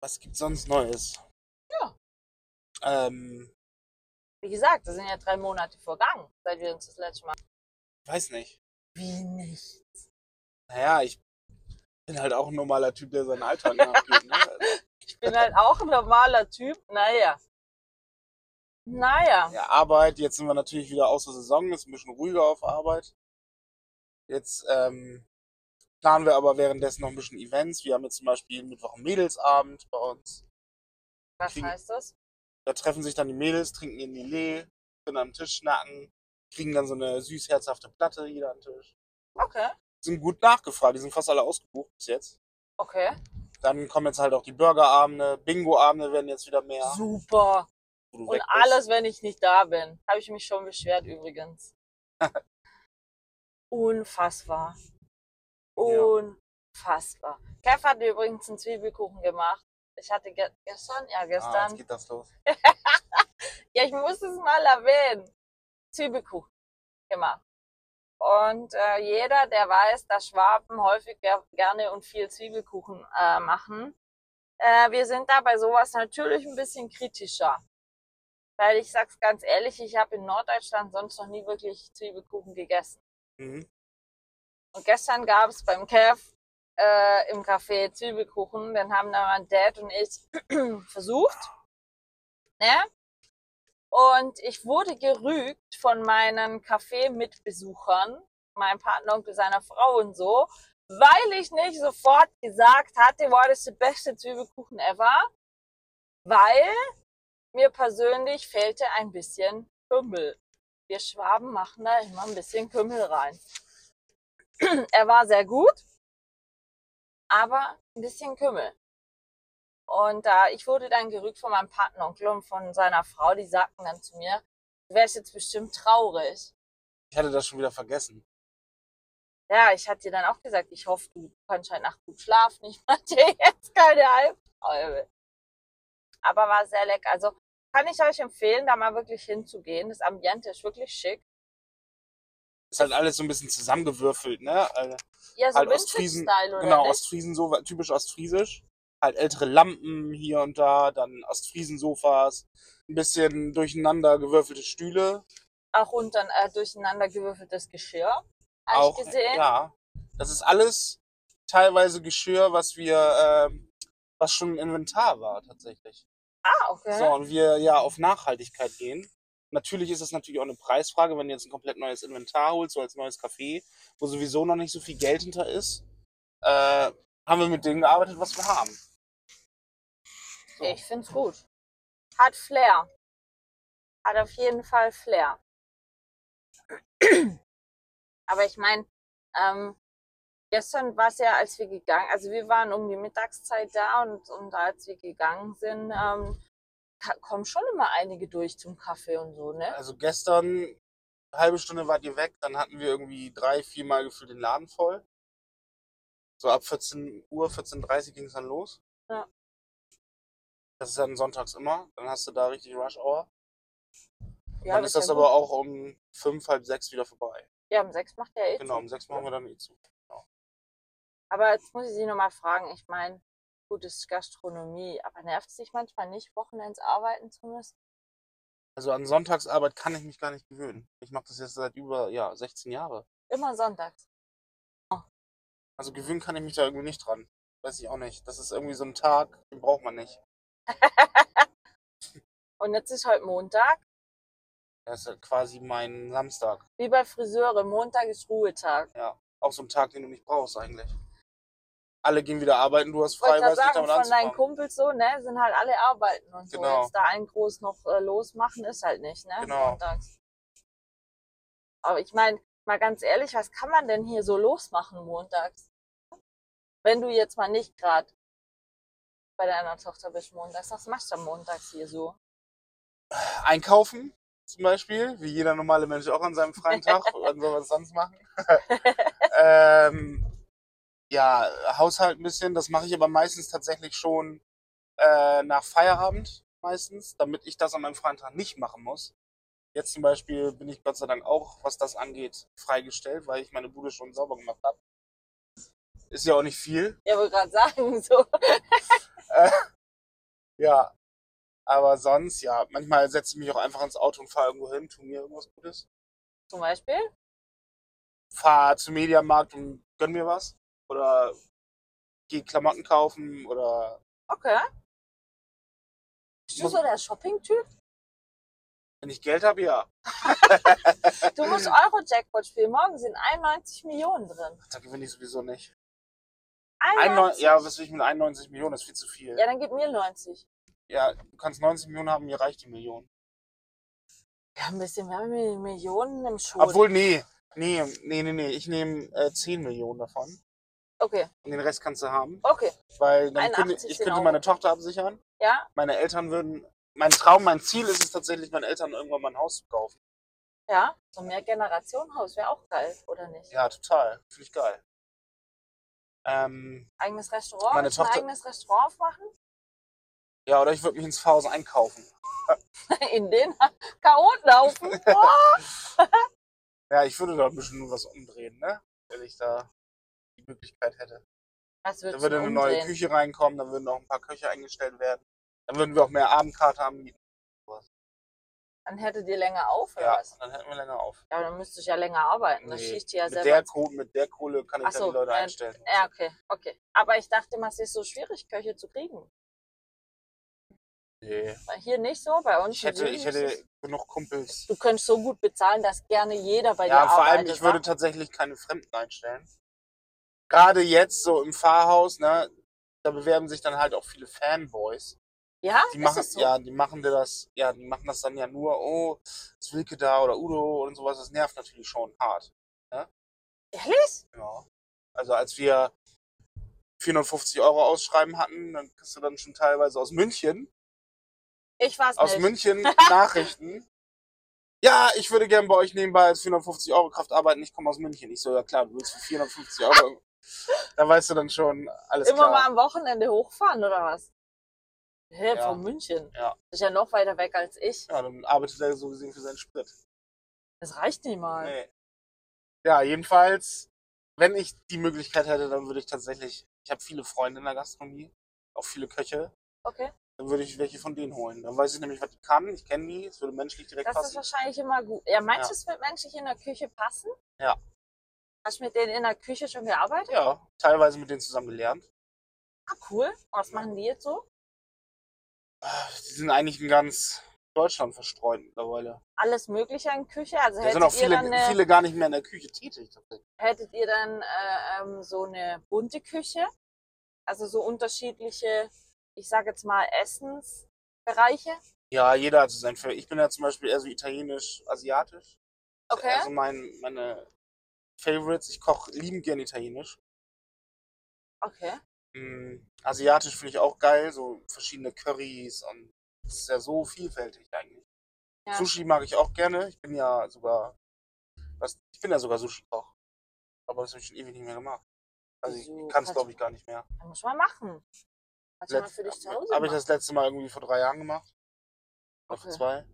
[SPEAKER 3] Was gibt's sonst Neues?
[SPEAKER 1] Ja.
[SPEAKER 3] Ähm,
[SPEAKER 1] Wie gesagt, das sind ja drei Monate vergangen, seit wir uns das letzte Mal.
[SPEAKER 3] weiß nicht.
[SPEAKER 1] Wie nicht?
[SPEAKER 3] Naja, ich bin halt auch ein normaler Typ, der seinen Alltag nachgeht. Ne?
[SPEAKER 1] Ich bin halt auch ein normaler Typ. Naja. Naja.
[SPEAKER 3] Also, Ja, Arbeit, jetzt sind wir natürlich wieder außer Saison, ist ein bisschen ruhiger auf Arbeit. Jetzt ähm, planen wir aber währenddessen noch ein bisschen Events. Wir haben jetzt zum Beispiel Mittwoch einen Mädelsabend bei uns.
[SPEAKER 1] Was
[SPEAKER 3] kriegen-
[SPEAKER 1] heißt das?
[SPEAKER 3] Da treffen sich dann die Mädels, trinken ihren Lillet, können am Tisch schnacken, kriegen dann so eine süß herzhafte Platte jeder am Tisch.
[SPEAKER 1] Okay.
[SPEAKER 3] Sind gut nachgefragt, die sind fast alle ausgebucht bis jetzt.
[SPEAKER 1] Okay.
[SPEAKER 3] Dann kommen jetzt halt auch die Burgerabende, Bingoabende werden jetzt wieder mehr.
[SPEAKER 1] Super.
[SPEAKER 3] wo du
[SPEAKER 1] Und
[SPEAKER 3] weg bist.
[SPEAKER 1] alles, wenn ich nicht da bin. Habe ich mich schon beschwert übrigens. Unfassbar. Unfassbar. Kev hat mir übrigens einen Zwiebelkuchen gemacht. Ich hatte ge gestern, ja
[SPEAKER 3] Ah, jetzt
[SPEAKER 1] gestern.
[SPEAKER 3] geht das los.
[SPEAKER 1] ja, ich muss es mal erwähnen. Zwiebelkuchen gemacht. Und äh, jeder, der weiß, dass Schwaben häufig ger gerne und viel Zwiebelkuchen äh, machen, äh, wir sind da bei sowas natürlich ein bisschen kritischer. Weil ich sag's ganz ehrlich, ich habe in Norddeutschland sonst noch nie wirklich Zwiebelkuchen gegessen.
[SPEAKER 3] Mhm.
[SPEAKER 1] Und gestern gab's beim Kev äh, im Café Zwiebelkuchen. Den haben dann mein Dad und ich versucht. Ne? Und ich wurde gerügt von meinen Café-Mitbesuchern, meinem Partner und seiner Frau und so, weil ich nicht sofort gesagt hatte, boah, das ist der beste Zwiebelkuchen ever, weil mir persönlich fehlte ein bisschen Kümmel. Wir Schwaben machen da immer ein bisschen Kümmel rein. er war sehr gut, aber ein bisschen Kümmel. Und da ich wurde dann gerügt von meinem Patenonkel und von seiner Frau, die sagten dann zu mir, du wärst jetzt bestimmt traurig.
[SPEAKER 3] Ich hatte das schon wieder vergessen.
[SPEAKER 1] Ja, ich hatte dir dann auch gesagt, ich hoffe, du kannst heute Nacht gut schlafen. Ich mach dir jetzt keine Albträume. Aber war sehr lecker. Also kann ich euch empfehlen, da mal wirklich hinzugehen. Das Ambiente ist wirklich schick.
[SPEAKER 3] Ist halt alles so ein bisschen zusammengewürfelt, ne? Also,
[SPEAKER 1] Ja, so
[SPEAKER 3] Halt Ostfriesen,
[SPEAKER 1] Vintage-Style, oder
[SPEAKER 3] genau,
[SPEAKER 1] nicht?
[SPEAKER 3] Ostfriesen, so typisch ostfriesisch. Halt ältere Lampen hier und da, dann Ostfriesensofas, ein bisschen durcheinander gewürfelte Stühle.
[SPEAKER 1] Auch unter äh, durcheinander gewürfeltes Geschirr. Hab
[SPEAKER 3] auch,
[SPEAKER 1] ich gesehen.
[SPEAKER 3] Ja. Das ist alles teilweise Geschirr, was wir, ähm, was schon im Inventar war tatsächlich.
[SPEAKER 1] Ah, okay.
[SPEAKER 3] So, und wir ja auf Nachhaltigkeit gehen. Natürlich ist das natürlich auch eine Preisfrage, wenn du jetzt ein komplett neues Inventar holst, so als neues Café, wo sowieso noch nicht so viel Geld hinter ist. Äh, haben wir mit dem gearbeitet, was wir haben.
[SPEAKER 1] Ich find's gut. Hat Flair. Hat auf jeden Fall Flair. Aber ich meine, ähm, gestern war es ja, als wir gegangen, also wir waren um die Mittagszeit da und, und als wir gegangen sind, ähm, ka- kommen schon immer einige durch zum Kaffee und so, ne?
[SPEAKER 3] Also gestern, eine halbe Stunde wart ihr weg, dann hatten wir irgendwie drei, viermal gefühlt den Laden voll. So ab 14 Uhr, 14.30 Uhr ging es dann los.
[SPEAKER 1] Ja.
[SPEAKER 3] Das ist dann sonntags immer, dann hast du da richtig Rush Hour.
[SPEAKER 1] Ja,
[SPEAKER 3] dann
[SPEAKER 1] das
[SPEAKER 3] ist das
[SPEAKER 1] ja
[SPEAKER 3] aber
[SPEAKER 1] gut.
[SPEAKER 3] auch um fünf, halb sechs wieder vorbei.
[SPEAKER 1] Ja, um sechs macht der eh.
[SPEAKER 3] Genau,
[SPEAKER 1] Genau.
[SPEAKER 3] um sechs machen wir dann eh zu.
[SPEAKER 1] Aber jetzt muss ich Sie nochmal fragen, ich meine, gut, es ist Gastronomie, aber nervt es dich manchmal nicht, Wochenends arbeiten zu müssen?
[SPEAKER 3] Also an Sonntagsarbeit kann ich mich gar nicht gewöhnen. Ich mache das jetzt seit über ja, 16 Jahre.
[SPEAKER 1] Immer sonntags.
[SPEAKER 3] Also gewöhnen kann ich mich da irgendwie nicht dran. Weiß ich auch nicht. Das ist irgendwie so ein Tag, den braucht man nicht.
[SPEAKER 1] Und jetzt ist heute Montag,
[SPEAKER 3] Das ist ja quasi mein Samstag.
[SPEAKER 1] wie bei Friseure, Montag ist Ruhetag.
[SPEAKER 3] Auch so ein Tag, den du nicht brauchst eigentlich. Alle gehen wieder arbeiten, du hast
[SPEAKER 1] Ich wollte
[SPEAKER 3] frei,
[SPEAKER 1] gerade
[SPEAKER 3] weißt nicht
[SPEAKER 1] sagen,
[SPEAKER 3] damit
[SPEAKER 1] von deinen
[SPEAKER 3] anzufangen.
[SPEAKER 1] Kumpels so, ne, sind halt alle arbeiten und so.
[SPEAKER 3] Genau.
[SPEAKER 1] Jetzt da einen groß noch äh, losmachen, ist halt nicht, ne?
[SPEAKER 3] Genau.
[SPEAKER 1] Montags. Aber ich meine, mal ganz ehrlich, was kann man denn hier so losmachen montags? Wenn du jetzt mal nicht gerade bei deiner Tochter bist montags, was machst du am montags hier so?
[SPEAKER 3] Einkaufen zum Beispiel, wie jeder normale Mensch auch an seinem freien Tag. Wann soll man es sonst machen? ähm, ja, Haushalt ein bisschen. Das mache ich aber meistens tatsächlich schon äh, nach Feierabend meistens, damit ich das an meinem freien Tag nicht machen muss. Jetzt zum Beispiel bin ich Gott sei Dank auch, was das angeht, freigestellt, weil ich meine Bude schon sauber gemacht habe. Ist ja auch nicht viel.
[SPEAKER 1] Ja, wollte gerade sagen, so.
[SPEAKER 3] Ja. Aber sonst, ja, manchmal setze ich mich auch einfach ins Auto und fahre irgendwo hin, tu mir irgendwas Gutes.
[SPEAKER 1] Zum Beispiel?
[SPEAKER 3] Fahre zum Mediamarkt und gönn mir was. Oder geh Klamotten kaufen oder
[SPEAKER 1] Okay. Bist du
[SPEAKER 3] Muss-
[SPEAKER 1] so der Shopping-Typ?
[SPEAKER 3] wenn ich Geld habe, ja.
[SPEAKER 1] Du
[SPEAKER 3] Äh.
[SPEAKER 1] musst Euro-Jackpot spielen. Morgen sind 91 Millionen drin.
[SPEAKER 3] Da gewinne ich sowieso nicht.
[SPEAKER 1] 91?
[SPEAKER 3] Einneun- ja, was will ich mit 91 Millionen? Das ist viel zu viel.
[SPEAKER 1] Ja,
[SPEAKER 3] Ja.
[SPEAKER 1] dann gib mir 90.
[SPEAKER 3] du kannst 90 Millionen haben, mir reicht die Million.
[SPEAKER 1] Ja, ein bisschen, wir haben hier Millionen im Schuh.
[SPEAKER 3] Obwohl, nee. Nee, nee, nee, nee. Ich nehme äh, 10 Millionen davon.
[SPEAKER 1] Okay,
[SPEAKER 3] Und den Rest kannst du haben.
[SPEAKER 1] okay.
[SPEAKER 3] Weil dann könnte,
[SPEAKER 1] 81
[SPEAKER 3] ich
[SPEAKER 1] sind
[SPEAKER 3] könnte
[SPEAKER 1] auch-
[SPEAKER 3] meine Tochter absichern.
[SPEAKER 1] Ja,
[SPEAKER 3] meine Eltern würden, mein Traum, mein Ziel ist es tatsächlich, meinen Eltern irgendwann mal ein Haus zu kaufen.
[SPEAKER 1] ja. So ein Mehrgenerationenhaus wäre auch geil, oder nicht?
[SPEAKER 3] Ja, total. Finde ich geil. Ähm,
[SPEAKER 1] Eigenes Restaurant,
[SPEAKER 3] Meine
[SPEAKER 1] willst du ein
[SPEAKER 3] Tochter-
[SPEAKER 1] eigenes Restaurant aufmachen?
[SPEAKER 3] ja, oder ich würde mich ins Pfarrhaus einkaufen.
[SPEAKER 1] In den Chaotenhaufen. Oh,
[SPEAKER 3] Ja, ich würde da ein bisschen was umdrehen, ne? Wenn ich da die Möglichkeit hätte.
[SPEAKER 1] das
[SPEAKER 3] Da
[SPEAKER 1] wird
[SPEAKER 3] würde eine neue Küche reinkommen, da würden noch ein paar Köche eingestellt werden. Dann würden wir auch mehr Abendkarte anbieten.
[SPEAKER 1] Dann hättet ihr länger auf, oder
[SPEAKER 3] Ja,
[SPEAKER 1] was?
[SPEAKER 3] dann hätten wir länger auf.
[SPEAKER 1] Ja, dann müsste ich ja länger arbeiten. Das
[SPEAKER 3] Nee,
[SPEAKER 1] schießt ihr ja
[SPEAKER 3] mit,
[SPEAKER 1] selber.
[SPEAKER 3] der Kohle, mit der Kohle kann ich
[SPEAKER 1] Ach so,
[SPEAKER 3] dann die Leute
[SPEAKER 1] ja,
[SPEAKER 3] einstellen.
[SPEAKER 1] Ja, okay, okay. Aber ich dachte immer, es ist so schwierig, Köche zu kriegen.
[SPEAKER 3] Nee.
[SPEAKER 1] Weil Hier nicht so, bei uns.
[SPEAKER 3] Ich
[SPEAKER 1] im
[SPEAKER 3] hätte,
[SPEAKER 1] Süden
[SPEAKER 3] ich
[SPEAKER 1] ist es-
[SPEAKER 3] hätte genug Kumpels.
[SPEAKER 1] Du könntest so gut bezahlen, dass gerne jeder bei
[SPEAKER 3] Ja,
[SPEAKER 1] dir
[SPEAKER 3] vor allem,
[SPEAKER 1] arbeitet.
[SPEAKER 3] ich würde tatsächlich keine Fremden einstellen. Gerade jetzt so im Pfarrhaus, ne, da bewerben sich dann halt auch viele Fanboys.
[SPEAKER 1] ja,
[SPEAKER 3] Die
[SPEAKER 1] ist
[SPEAKER 3] machen,
[SPEAKER 1] es so?
[SPEAKER 3] ja, die machen dir das, ja, die machen das dann ja nur, oh, ist Wilke da oder Udo und sowas, das nervt natürlich schon hart.
[SPEAKER 1] Ehrlich?
[SPEAKER 3] Ja. Also als wir 450 Euro ausschreiben hatten, dann kriegst du dann schon teilweise aus München,
[SPEAKER 1] Ich war's
[SPEAKER 3] aus
[SPEAKER 1] nicht.
[SPEAKER 3] München Nachrichten. Ja, ich würde gern bei euch nebenbei als 450 Euro Kraft arbeiten. Ich komme aus München. Ich so, ja klar, du willst für 450 Euro. da weißt du dann schon, alles
[SPEAKER 1] Immer
[SPEAKER 3] klar.
[SPEAKER 1] mal am Wochenende hochfahren oder was? Hä,
[SPEAKER 3] Ja.
[SPEAKER 1] von München?
[SPEAKER 3] Ja.
[SPEAKER 1] Das ist ja noch weiter weg als ich.
[SPEAKER 3] Ja, dann arbeitet er so gesehen für seinen Sprit.
[SPEAKER 1] Das reicht nicht mal.
[SPEAKER 3] Nee. Ja, jedenfalls, wenn ich die Möglichkeit hätte, dann würde ich tatsächlich, ich habe viele Freunde in der Gastronomie, auch viele Köche,
[SPEAKER 1] Okay.
[SPEAKER 3] dann würde ich welche von denen holen. Dann weiß ich nämlich, was die kann, ich kenne die, es würde menschlich direkt
[SPEAKER 1] Das ist
[SPEAKER 3] passen.
[SPEAKER 1] wahrscheinlich immer gut. Ja, manches wird menschlich in der Küche passen.
[SPEAKER 3] Ja.
[SPEAKER 1] Hast du mit denen in der Küche schon gearbeitet?
[SPEAKER 3] Ja, teilweise mit denen zusammen gelernt.
[SPEAKER 1] Ah, cool. Und was machen die jetzt so?
[SPEAKER 3] Die sind eigentlich in ganz Deutschland verstreut mittlerweile.
[SPEAKER 1] Alles Mögliche in Küche? Also
[SPEAKER 3] Da
[SPEAKER 1] hättet,
[SPEAKER 3] sind auch
[SPEAKER 1] ihr
[SPEAKER 3] viele,
[SPEAKER 1] dann eine,
[SPEAKER 3] viele gar nicht mehr in der Küche tätig. tatsächlich.
[SPEAKER 1] hättet ihr dann äh, ähm, so eine bunte Küche? also so unterschiedliche, ich sage jetzt mal Essensbereiche.
[SPEAKER 3] Ja, jeder hat so sein Favorit. Ich bin ja zum Beispiel eher so italienisch, asiatisch.
[SPEAKER 1] Okay.
[SPEAKER 3] Also mein, meine Favorites. Ich koche liebend gern italienisch.
[SPEAKER 1] Okay.
[SPEAKER 3] Mm, asiatisch finde ich auch geil, so verschiedene Currys und es ist ja so vielfältig eigentlich.
[SPEAKER 1] Ja.
[SPEAKER 3] Sushi mag ich auch gerne. Ich bin ja sogar, was, ich bin ja sogar Sushi-Koch. Aber das habe ich schon ewig nicht mehr gemacht. Also ich,
[SPEAKER 1] Wieso?
[SPEAKER 3] ich kann es
[SPEAKER 1] Kannst
[SPEAKER 3] glaube ich
[SPEAKER 1] du-
[SPEAKER 3] gar nicht mehr.
[SPEAKER 1] Dann muss man machen. Kannst du mal für dich zu Hause
[SPEAKER 3] Habe ich
[SPEAKER 1] machen.
[SPEAKER 3] das letzte Mal irgendwie vor drei Jahren gemacht. Oder vor
[SPEAKER 1] Okay.
[SPEAKER 3] zwei.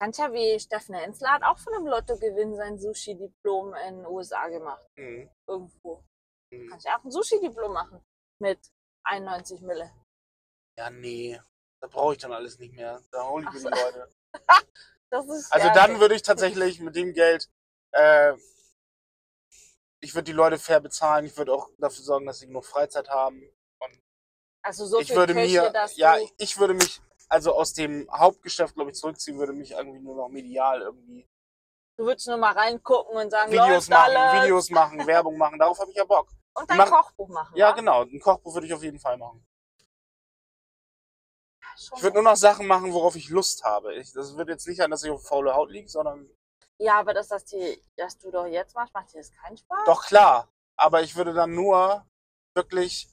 [SPEAKER 1] Kannst ja wie Steffen Enzler hat auch von einem Lottogewinn sein Sushi-Diplom in den USA gemacht.
[SPEAKER 3] Mhm.
[SPEAKER 1] Irgendwo.
[SPEAKER 3] Mhm.
[SPEAKER 1] Kannst ja auch ein Sushi-Diplom machen. Mit 91 Mille.
[SPEAKER 3] Ja, nee. Da brauche ich dann alles nicht mehr. Da hole ich
[SPEAKER 1] Ach
[SPEAKER 3] mir
[SPEAKER 1] so.
[SPEAKER 3] die Leute.
[SPEAKER 1] Das ist
[SPEAKER 3] Also
[SPEAKER 1] ja-
[SPEAKER 3] dann würde ich tatsächlich mit dem Geld, äh, ich würde die Leute fair bezahlen. Ich würde auch dafür sorgen, dass sie genug Freizeit haben.
[SPEAKER 1] also so
[SPEAKER 3] ich
[SPEAKER 1] viel
[SPEAKER 3] würde
[SPEAKER 1] Köche,
[SPEAKER 3] mir,
[SPEAKER 1] dass
[SPEAKER 3] ja,
[SPEAKER 1] du,
[SPEAKER 3] ich würde mich, also aus dem Hauptgeschäft, glaube ich, zurückziehen, würde mich irgendwie nur noch medial irgendwie
[SPEAKER 1] du würdest nur mal reingucken und sagen,
[SPEAKER 3] Videos
[SPEAKER 1] läuft
[SPEAKER 3] machen,
[SPEAKER 1] alles.
[SPEAKER 3] Videos machen, Werbung machen. Darauf habe ich ja Bock.
[SPEAKER 1] und dein
[SPEAKER 3] machen.
[SPEAKER 1] Kochbuch machen.
[SPEAKER 3] Ja,
[SPEAKER 1] wa?
[SPEAKER 3] genau. Ein Kochbuch würde ich auf jeden Fall machen.
[SPEAKER 1] Schon
[SPEAKER 3] Ich würde nur noch Sachen machen, worauf ich Lust habe. Ich, das wird jetzt nicht an, dass ich auf faule Haut liege, sondern
[SPEAKER 1] Ja, aber das, dass, die, dass du doch jetzt machst, macht dir das keinen Spaß?
[SPEAKER 3] doch klar. Aber ich würde dann nur wirklich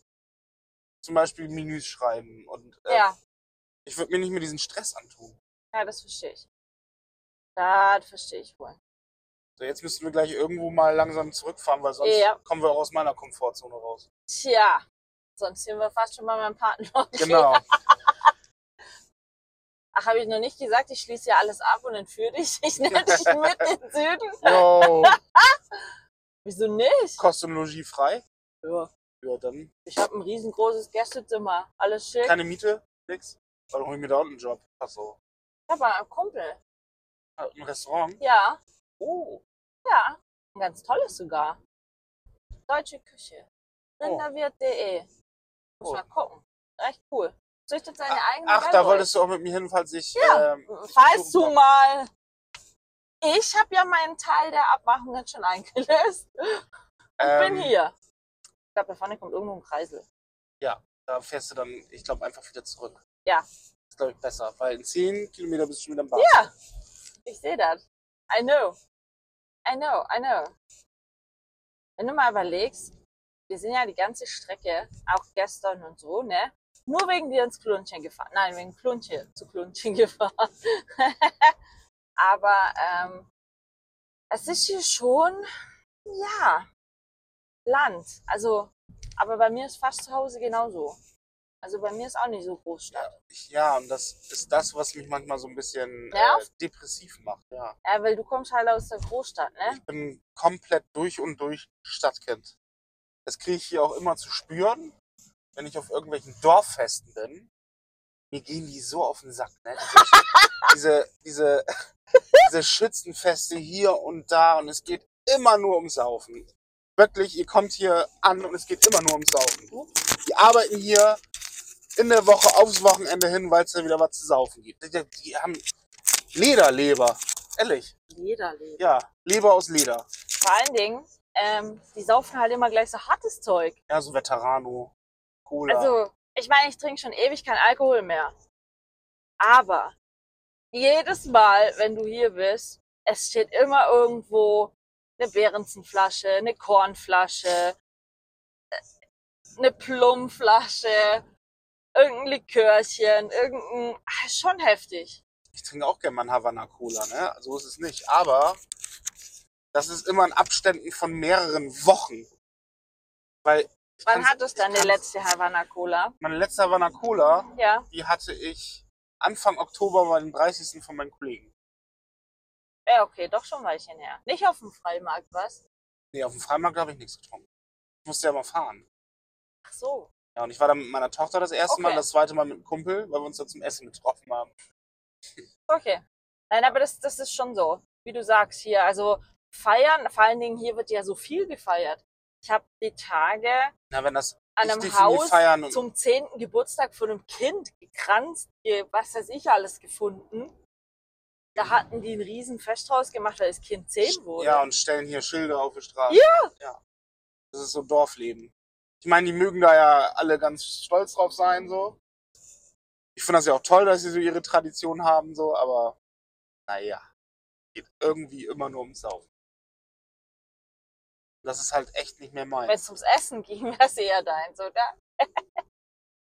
[SPEAKER 3] zum Beispiel Menüs schreiben und äh,
[SPEAKER 1] Ja,
[SPEAKER 3] ich würde mir nicht mehr diesen Stress antun.
[SPEAKER 1] ja, das verstehe ich. Das verstehe ich wohl.
[SPEAKER 3] So, jetzt müssten wir gleich irgendwo mal langsam zurückfahren, weil sonst
[SPEAKER 1] Ja.
[SPEAKER 3] kommen wir auch aus meiner Komfortzone raus.
[SPEAKER 1] Tja, sonst sind wir fast schon bei meinem Partner.
[SPEAKER 3] Genau.
[SPEAKER 1] Ach, habe ich noch nicht gesagt, ich schließe ja alles ab und entführe dich. Ich nehme dich mit in den Süden.
[SPEAKER 3] Yo,
[SPEAKER 1] Wieso nicht?
[SPEAKER 3] Kostenlogie frei.
[SPEAKER 1] Ja.
[SPEAKER 3] Ja, dann
[SPEAKER 1] Ich habe ein riesengroßes Gästezimmer. Alles schick.
[SPEAKER 3] keine Miete, nix. Dann hol ich mir da unten einen Job. Passt so.
[SPEAKER 1] Ich habe einen Kumpel.
[SPEAKER 3] Ah, Ein Restaurant.
[SPEAKER 1] Ja,
[SPEAKER 3] Oh.
[SPEAKER 1] ja. Ein ganz tolles sogar. Deutsche Küche.
[SPEAKER 3] Oh.
[SPEAKER 1] Rinderwirt.de. Muss
[SPEAKER 3] Oh.
[SPEAKER 1] mal gucken. Echt cool. Züchtet seine eigenen
[SPEAKER 3] Ach, da
[SPEAKER 1] Melbourne.
[SPEAKER 3] wolltest du auch mit mir hin, falls ich.
[SPEAKER 1] Ja.
[SPEAKER 3] ähm,
[SPEAKER 1] Falls du
[SPEAKER 3] Besuch
[SPEAKER 1] mal. Ich habe ja meinen Teil der Abmachung jetzt schon eingelöst.
[SPEAKER 3] ähm,
[SPEAKER 1] Bin hier. Ich glaube, da vorne kommt irgendwo ein Kreisel.
[SPEAKER 3] Da fährst du dann, ich glaube, einfach wieder zurück.
[SPEAKER 1] Ja.
[SPEAKER 3] Ist, glaube ich, besser, weil in 10 Kilometer bist du schon wieder im Bad.
[SPEAKER 1] Ja, ich sehe das. I know. I know, I know. Wenn du mal überlegst, wir sind ja die ganze Strecke, auch gestern und so, ne? Nur wegen dir ins Klunchen gefahren. Nein, wegen Klunchen zu Klunchen gefahren. Aber ähm, es ist hier schon, ja, Land. Also, aber bei mir ist fast zu Hause genauso. Also bei mir ist auch nicht so Großstadt.
[SPEAKER 3] Ich, ja, und das ist das, was mich manchmal so ein bisschen äh,
[SPEAKER 1] Nervt?
[SPEAKER 3] depressiv macht. Ja.
[SPEAKER 1] Ja, weil du kommst halt aus der Großstadt, ne?
[SPEAKER 3] Ich bin komplett durch und durch Stadtkind. Das kriege ich hier auch immer zu spüren, wenn ich auf irgendwelchen Dorffesten bin. Mir gehen die so auf den Sack, ne? Diese, diese, diese, diese Schützenfeste hier und da und es geht immer nur ums Saufen. Wirklich, ihr kommt hier an und es geht immer nur ums Saufen. Die arbeiten hier in der Woche aufs Wochenende hin, weil es da wieder was zu saufen gibt. Die, die haben Lederleber. Ehrlich.
[SPEAKER 1] Jeder lebt.
[SPEAKER 3] Ja, Leber aus Leder.
[SPEAKER 1] Vor allen Dingen, ähm, die saufen halt immer gleich so hartes Zeug.
[SPEAKER 3] Ja, so Veterano, Cola.
[SPEAKER 1] Also, ich meine, ich trinke schon ewig keinen Alkohol mehr. Aber jedes Mal, wenn du hier bist, es steht immer irgendwo eine Behrensenflasche, eine Kornflasche, äh, eine Plumflasche, irgendein Likörchen, irgendein. Ah, Schon heftig.
[SPEAKER 3] ich trinke auch gerne mal einen Havana Cola, ne? So ist es nicht. Aber das ist immer in Abständen von mehreren Wochen. Weil ich
[SPEAKER 1] Wann
[SPEAKER 3] kann's-
[SPEAKER 1] hattest du denn die
[SPEAKER 3] kann's-
[SPEAKER 1] letzte Havana Cola?
[SPEAKER 3] meine letzte Havana Cola,
[SPEAKER 1] Ja.
[SPEAKER 3] die hatte ich Anfang Oktober bei dem 30. von meinen Kollegen.
[SPEAKER 1] Ja, okay, doch schon ein Weilchen her. Nicht auf dem Freimarkt, was?
[SPEAKER 3] Nee, auf dem Freimarkt habe ich nichts getrunken. Ich musste ja mal fahren.
[SPEAKER 1] Ach so.
[SPEAKER 3] Ja, und ich war dann mit meiner Tochter das erste
[SPEAKER 1] Okay.
[SPEAKER 3] Mal, das zweite Mal mit einem Kumpel, weil wir uns da zum Essen getroffen haben.
[SPEAKER 1] Okay. Nein, aber das, das ist schon so, wie du sagst hier. Also feiern, vor allen Dingen hier wird ja so viel gefeiert. Ich habe die Tage
[SPEAKER 3] Na, wenn das
[SPEAKER 1] an
[SPEAKER 3] ich
[SPEAKER 1] einem
[SPEAKER 3] definiere
[SPEAKER 1] Haus
[SPEAKER 3] feiern und
[SPEAKER 1] zum 10. Geburtstag von einem Kind gekranzt, ge- was weiß ich alles gefunden. Da hatten die ein riesen Fest draus gemacht, weil das Kind 10 wurde.
[SPEAKER 3] Ja, und stellen hier Schilder auf die Straße.
[SPEAKER 1] Ja.
[SPEAKER 3] ja. Das ist so Dorfleben. Ich meine, die mögen da ja alle ganz stolz drauf sein, so. Ich finde das ja auch toll, dass sie so ihre Tradition haben, so, aber naja, geht irgendwie immer nur ums Saufen. Das ist halt echt nicht mehr
[SPEAKER 1] Wenn
[SPEAKER 3] meins.
[SPEAKER 1] es ums Essen ging, wäre es eher deins, oder?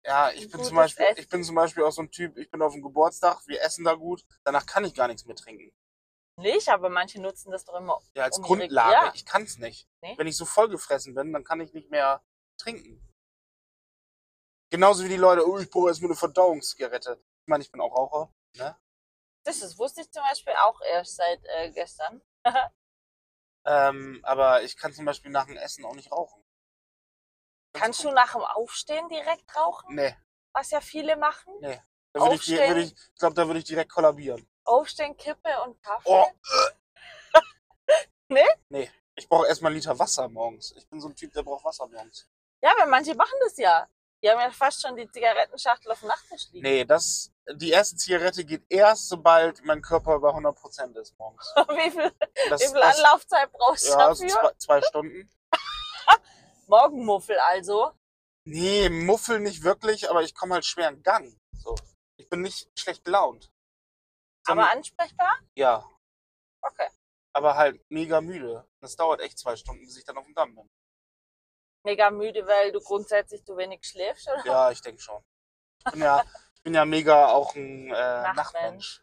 [SPEAKER 3] Ja, ich bin, zum
[SPEAKER 1] Gutes
[SPEAKER 3] Beispiel,
[SPEAKER 1] Essen.
[SPEAKER 3] ich bin zum Beispiel auch so ein Typ, ich bin auf dem Geburtstag, wir essen da gut, danach kann ich gar nichts mehr trinken.
[SPEAKER 1] Nicht, aber manche nutzen das doch immer.
[SPEAKER 3] Ja, als
[SPEAKER 1] Um direkt-
[SPEAKER 3] Grundlage.
[SPEAKER 1] ja.
[SPEAKER 3] Ich kann's nicht.
[SPEAKER 1] Nee.
[SPEAKER 3] Wenn ich so vollgefressen bin, dann kann ich nicht mehr trinken. Genauso wie die Leute, oh, ich brauche erstmal eine Verdauungsgerette. Ich meine, ich bin auch Raucher.
[SPEAKER 1] Das ist, wusste ich zum Beispiel auch erst seit äh, gestern.
[SPEAKER 3] Ähm, aber ich kann zum Beispiel nach dem Essen auch nicht rauchen.
[SPEAKER 1] Kannst du nach dem Aufstehen direkt rauchen,
[SPEAKER 3] Nee.
[SPEAKER 1] was ja viele machen?
[SPEAKER 3] Da würde ich, dir-
[SPEAKER 1] Aufstellen?
[SPEAKER 3] würde ich, ich glaube, da würde ich direkt kollabieren.
[SPEAKER 1] Aufstehen, Kippe und Kaffee?
[SPEAKER 3] Oh.
[SPEAKER 1] Nee?
[SPEAKER 3] Nee. Ich brauche erstmal einen Liter Wasser morgens. Ich bin so ein Typ, der braucht Wasser morgens.
[SPEAKER 1] Ja, aber manche machen das ja. Die haben ja fast schon die Zigarettenschachtel auf dem Nachttisch liegen.
[SPEAKER 3] Nee, das, die erste Zigarette geht erst, sobald mein Körper bei 100% ist morgens.
[SPEAKER 1] Wie viel,
[SPEAKER 3] Das,
[SPEAKER 1] wie viel
[SPEAKER 3] das-
[SPEAKER 1] Anlaufzeit brauchst du
[SPEAKER 3] ja, das sind
[SPEAKER 1] dafür?
[SPEAKER 3] zwei, zwei Stunden.
[SPEAKER 1] Morgenmuffel also.
[SPEAKER 3] Nee, Muffel nicht wirklich, aber ich komme halt schwer in Gang. So. Ich bin nicht schlecht gelaunt.
[SPEAKER 1] Aber ansprechbar?
[SPEAKER 3] Ja,
[SPEAKER 1] Okay.
[SPEAKER 3] aber halt mega müde. Das dauert echt zwei Stunden, bis ich dann auf dem Damm bin.
[SPEAKER 1] Mega müde, weil du grundsätzlich zu wenig schläfst, oder?
[SPEAKER 3] Ja, ich denke schon. Ich bin ja, ich bin ja mega auch ein äh, Nachtmensch.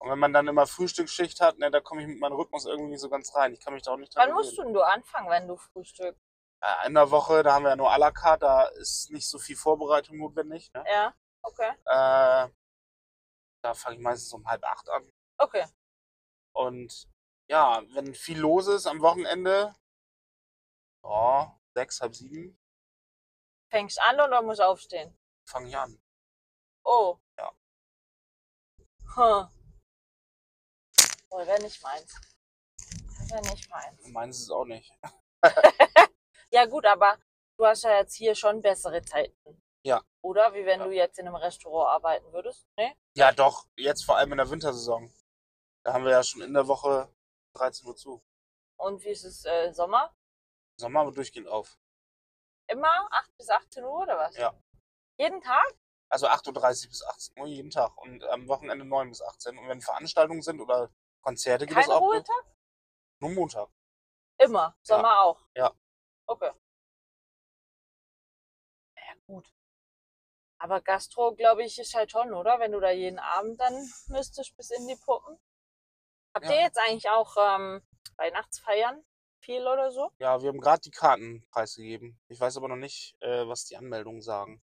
[SPEAKER 3] Und wenn man dann immer Frühstücksschicht hat, ne, da komme ich mit meinem Rhythmus irgendwie nicht so ganz rein. Ich kann mich da auch nicht dran
[SPEAKER 1] Wann musst du denn du anfangen, wenn du frühstückst?
[SPEAKER 3] Äh, in der Woche, da haben wir ja nur à la carte, da ist nicht so viel Vorbereitung notwendig. Ne?
[SPEAKER 1] Ja, okay.
[SPEAKER 3] Äh, da fange ich meistens um halb acht an.
[SPEAKER 1] Okay.
[SPEAKER 3] Und ja, wenn viel los ist am Wochenende, ja, sechs, halb sieben,
[SPEAKER 1] Fängst an oder musst aufstehen?
[SPEAKER 3] fange ich an.
[SPEAKER 1] Oh.
[SPEAKER 3] Ja.
[SPEAKER 1] Hm. Wohl wäre Oh, nicht meins. Wäre nicht meins.
[SPEAKER 3] Meins ist es auch nicht.
[SPEAKER 1] Ja gut, aber du hast ja jetzt hier schon bessere Zeiten.
[SPEAKER 3] Ja.
[SPEAKER 1] Oder wie wenn
[SPEAKER 3] Ja.
[SPEAKER 1] du jetzt in einem Restaurant arbeiten würdest. ne? Nee?
[SPEAKER 3] Ja, doch, jetzt vor allem in der Wintersaison. Da haben wir ja schon in der Woche 13 Uhr zu.
[SPEAKER 1] Und wie ist es äh, Sommer?
[SPEAKER 3] Sommer aber durchgehend auf.
[SPEAKER 1] Immer 8 bis 18 Uhr oder was?
[SPEAKER 3] Ja.
[SPEAKER 1] Jeden Tag?
[SPEAKER 3] Also 8.30 Uhr bis 18 Uhr jeden Tag und am Wochenende 9 bis 18 Uhr. Und wenn Veranstaltungen sind oder Konzerte, gibt es
[SPEAKER 1] Kein
[SPEAKER 3] auch ne? nur,
[SPEAKER 1] Ruhetag?
[SPEAKER 3] nur Montag.
[SPEAKER 1] Immer. Sommer auch.
[SPEAKER 3] Ja.
[SPEAKER 1] Okay. Ja, gut. Aber Gastro, glaube ich, ist halt schon, oder? Wenn du da jeden Abend dann müsstest bis in die Puppen. Habt
[SPEAKER 3] Ja.
[SPEAKER 1] ihr jetzt eigentlich auch ähm, Weihnachtsfeiern viel oder so?
[SPEAKER 3] Ja, wir haben gerade die Karten preisgegeben. Ich weiß aber noch nicht, äh, was die Anmeldungen sagen.